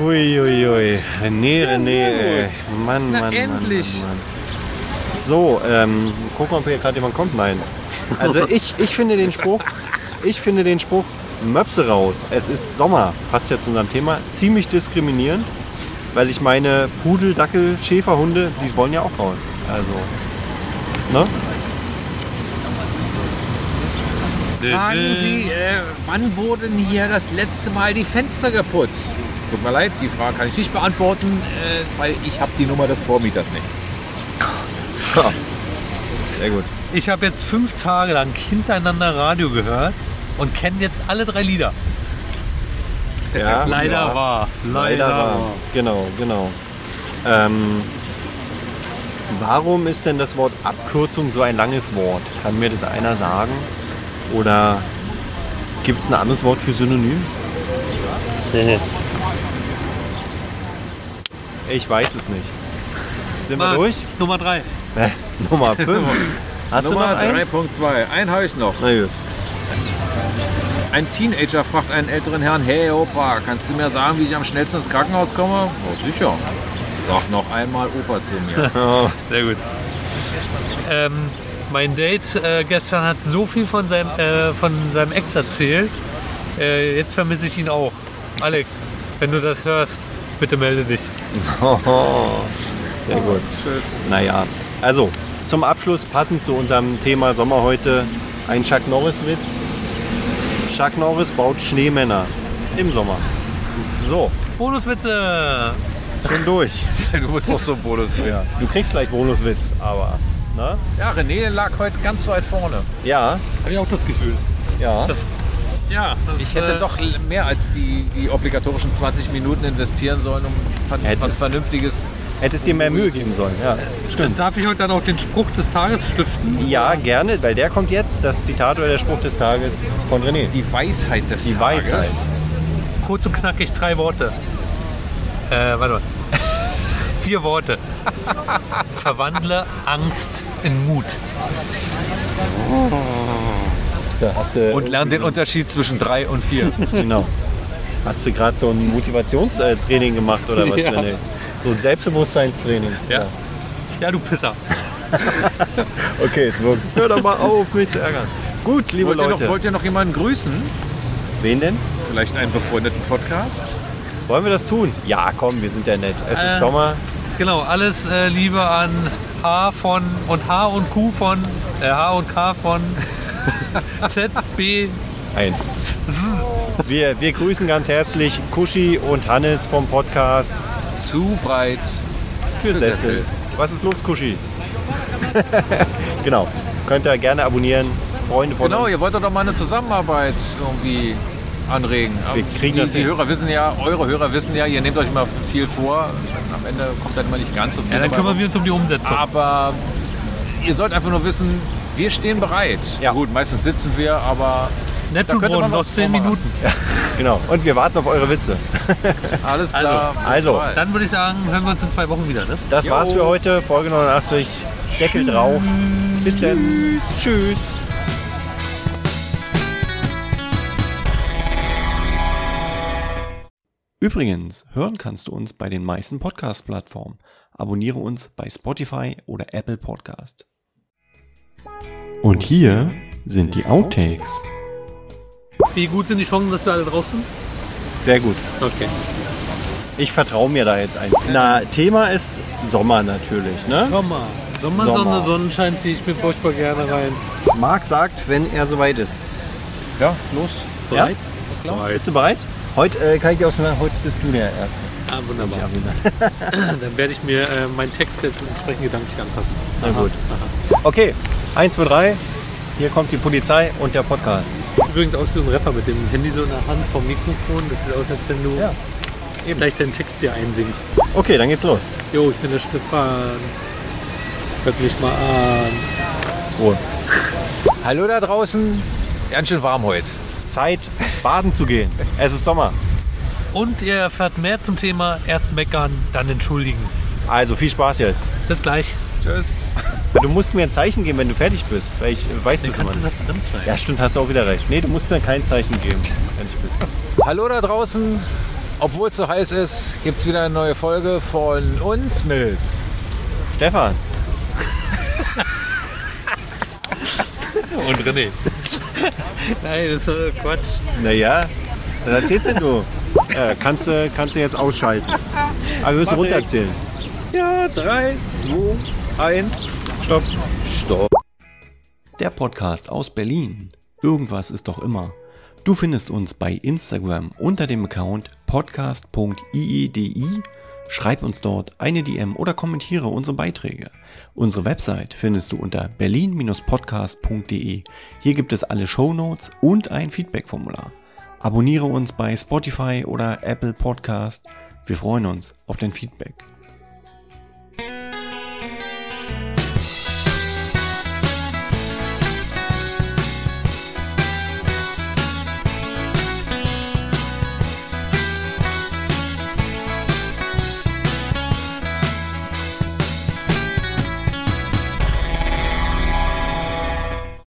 Uiuiui. Nee, René. ey. Mann, Na, Mann, Mann, endlich. Mann, Mann. So, ähm, gucken, ob hier gerade jemand kommt. Nein. <laughs> Also ich, ich finde den Spruch, ich finde den Spruch, Möpse raus, es ist Sommer, passt ja zu unserem Thema, ziemlich diskriminierend, weil ich meine, Pudel, Dackel, Schäferhunde, die wollen ja auch raus. Also, ne? Sagen Sie, äh, wann wurden hier das letzte Mal die Fenster geputzt? Tut mir leid, die Frage kann ich nicht beantworten, äh, weil ich habe die Nummer des Vormieters nicht. Sehr gut. Ich habe jetzt fünf Tage lang hintereinander Radio gehört und kenne jetzt alle drei Lieder. Ja, Leider ja. wahr. Leider war. Genau, genau. Ähm, warum ist denn das Wort Abkürzung so ein langes Wort? Kann mir das einer sagen? Oder gibt es ein anderes Wort für Synonym? Ich weiß es nicht. Sind wir Marc, durch? Nummer drei. Nummer 5. Hast du Nummer noch einen? 3.2, einen habe ich noch. Na gut. Ein Teenager fragt einen älteren Herrn, hey Opa, kannst du mir sagen, wie ich am schnellsten ins Krankenhaus komme? Oh, sicher. Sag noch einmal Opa zu mir. Sehr gut. Ähm, mein Date äh, gestern hat so viel von seinem, äh, von seinem Ex erzählt. Äh, jetzt vermisse ich ihn auch. Alex, wenn du das hörst, bitte melde dich. Sehr gut. Naja, also zum Abschluss passend zu unserem Thema Sommer heute ein Chuck Norris-Witz. Chuck Norris baut Schneemänner im Sommer. So, Bonuswitze! schon durch. du bist doch so ein Bonus. Ja. Du kriegst gleich Bonuswitz, aber. Ne? ja, René lag heute ganz weit vorne. Ja, Habe ich auch das Gefühl. ja. Ja, das, Ich hätte äh, doch mehr als die, die obligatorischen 20 Minuten investieren sollen, um ver- was Hättest- Vernünftiges. Hättest dir mehr Mühe geben sollen. Ja, stimmt. Darf ich heute dann auch den Spruch des Tages stiften? Ja, gerne, weil der kommt jetzt, das Zitat oder der Spruch des Tages von René. Die Weisheit des Die Tages. Weisheit. Kurz und knackig drei Worte. Äh, warte mal. Vier <laughs> Worte. Verwandle Angst in Mut. Hast du- Und lern den Unterschied zwischen 3 und <laughs> 4. Genau. Hast du gerade so ein Motivationstraining gemacht oder was, Ja. René? So ein Selbstbewusstseinstraining. Ja. Ja, du Pisser. Okay, es wirkt. Hör doch mal auf, mich zu ärgern. Gut, liebe wollt, ihr noch, Leute. wollt ihr noch jemanden grüßen? Wen denn? Vielleicht einen befreundeten Podcast? Wollen wir das tun? Ja, komm, wir sind ja nett. Es ist Sommer. Genau, alles äh, Liebe an H von und H und Q von äh, H und K <laughs> von Z, B. Ein. Wir, wir grüßen ganz herzlich Kuschi und Hannes vom Podcast Zu breit. für Sessel. Sessel. Was ist los, Kuschi? <laughs> genau. Könnt ihr gerne abonnieren. Freunde von Genau, uns. ihr wollt doch mal eine Zusammenarbeit irgendwie anregen. Ähm, Wir kriegen die, das die hin. Hörer wissen ja, eure Hörer wissen ja, ihr nehmt euch immer viel vor. Am Ende kommt dann immer nicht ganz so viel. Ja, dann dabei kümmern rum. wir uns um die Umsetzung. Aber ihr sollt einfach nur wissen, wir stehen bereit. Ja. Gut, meistens sitzen wir, aber da könnte Neptunbrunnen man noch was 10 vormachen. Minuten. genau. Und wir warten auf eure Witze. alles Also, klar. bis also. bald. Dann würde ich sagen, hören wir uns in zwei Wochen wieder. Ne? Das Jo. war's für heute. Folge 89. Deckel drauf. Bis dann. Tschüss. Übrigens, hören kannst du uns bei den meisten Podcast-Plattformen. Abonniere uns bei Spotify oder Apple Podcast. Und hier sind die Outtakes. Wie gut sind die Chancen, dass wir alle drauf sind? Sehr gut. Okay. Ich vertraue mir da jetzt ein. Na, Thema ist Sommer natürlich, ne? Sommer. Sommer, Sommer. Sonne, Sonnenschein ziehe ich mir furchtbar gerne rein. Marc sagt, wenn er soweit ist. Ja, los. Ja? Bereit? Bist du bereit? Heute äh, kann ich dir auch schon sagen, heute bist du der Erste. Ah, wunderbar. Armin. <laughs> Dann werde ich mir äh, meinen Text jetzt entsprechend gedanklich anpassen. Na gut. Okay, 1, 2, 3. Hier kommt die Polizei und der Podcast. Übrigens auch so ein Rapper mit dem Handy so in der Hand vom Mikrofon. Das sieht aus, als wenn du Ja, gleich deinen Text hier einsingst. Okay, dann geht's los. Jo, ich bin der Stefan. Hört mich mal an. Ruhe. Hallo da draußen. Ganz schön warm heute. Zeit, baden zu gehen. Es ist Sommer. Und ihr erfahrt mehr zum Thema erst meckern, dann entschuldigen. Also viel Spaß jetzt. Bis gleich. Tschüss. Du musst mir ein Zeichen geben, wenn du fertig bist, weil ich äh, weiß das immer Kannst du nicht. das zusammenschneiden? Ja, stimmt, hast du auch wieder recht. Nee, du musst mir kein Zeichen geben, wenn ich bist. Hallo da draußen. Obwohl es so heiß ist, gibt es wieder eine neue Folge von uns mit. Stefan. Und René. <laughs> Nein, das war Quatsch. Naja, was erzählst denn du? Ja, Äh, kannst, du- kannst du jetzt ausschalten. Aber wir müssen runterzählen. Ja, drei, zwei, eins. Stopp. Stopp. Der Podcast aus Berlin. Irgendwas ist doch immer. Du findest uns bei Instagram unter dem Account podcast.iedi. Schreib uns dort eine DM oder kommentiere unsere Beiträge. Unsere Website findest du unter berlin-podcast.de. Hier gibt es alle Shownotes und ein Feedback-Formular. Abonniere uns bei Spotify oder Apple Podcast. Wir freuen uns auf dein Feedback.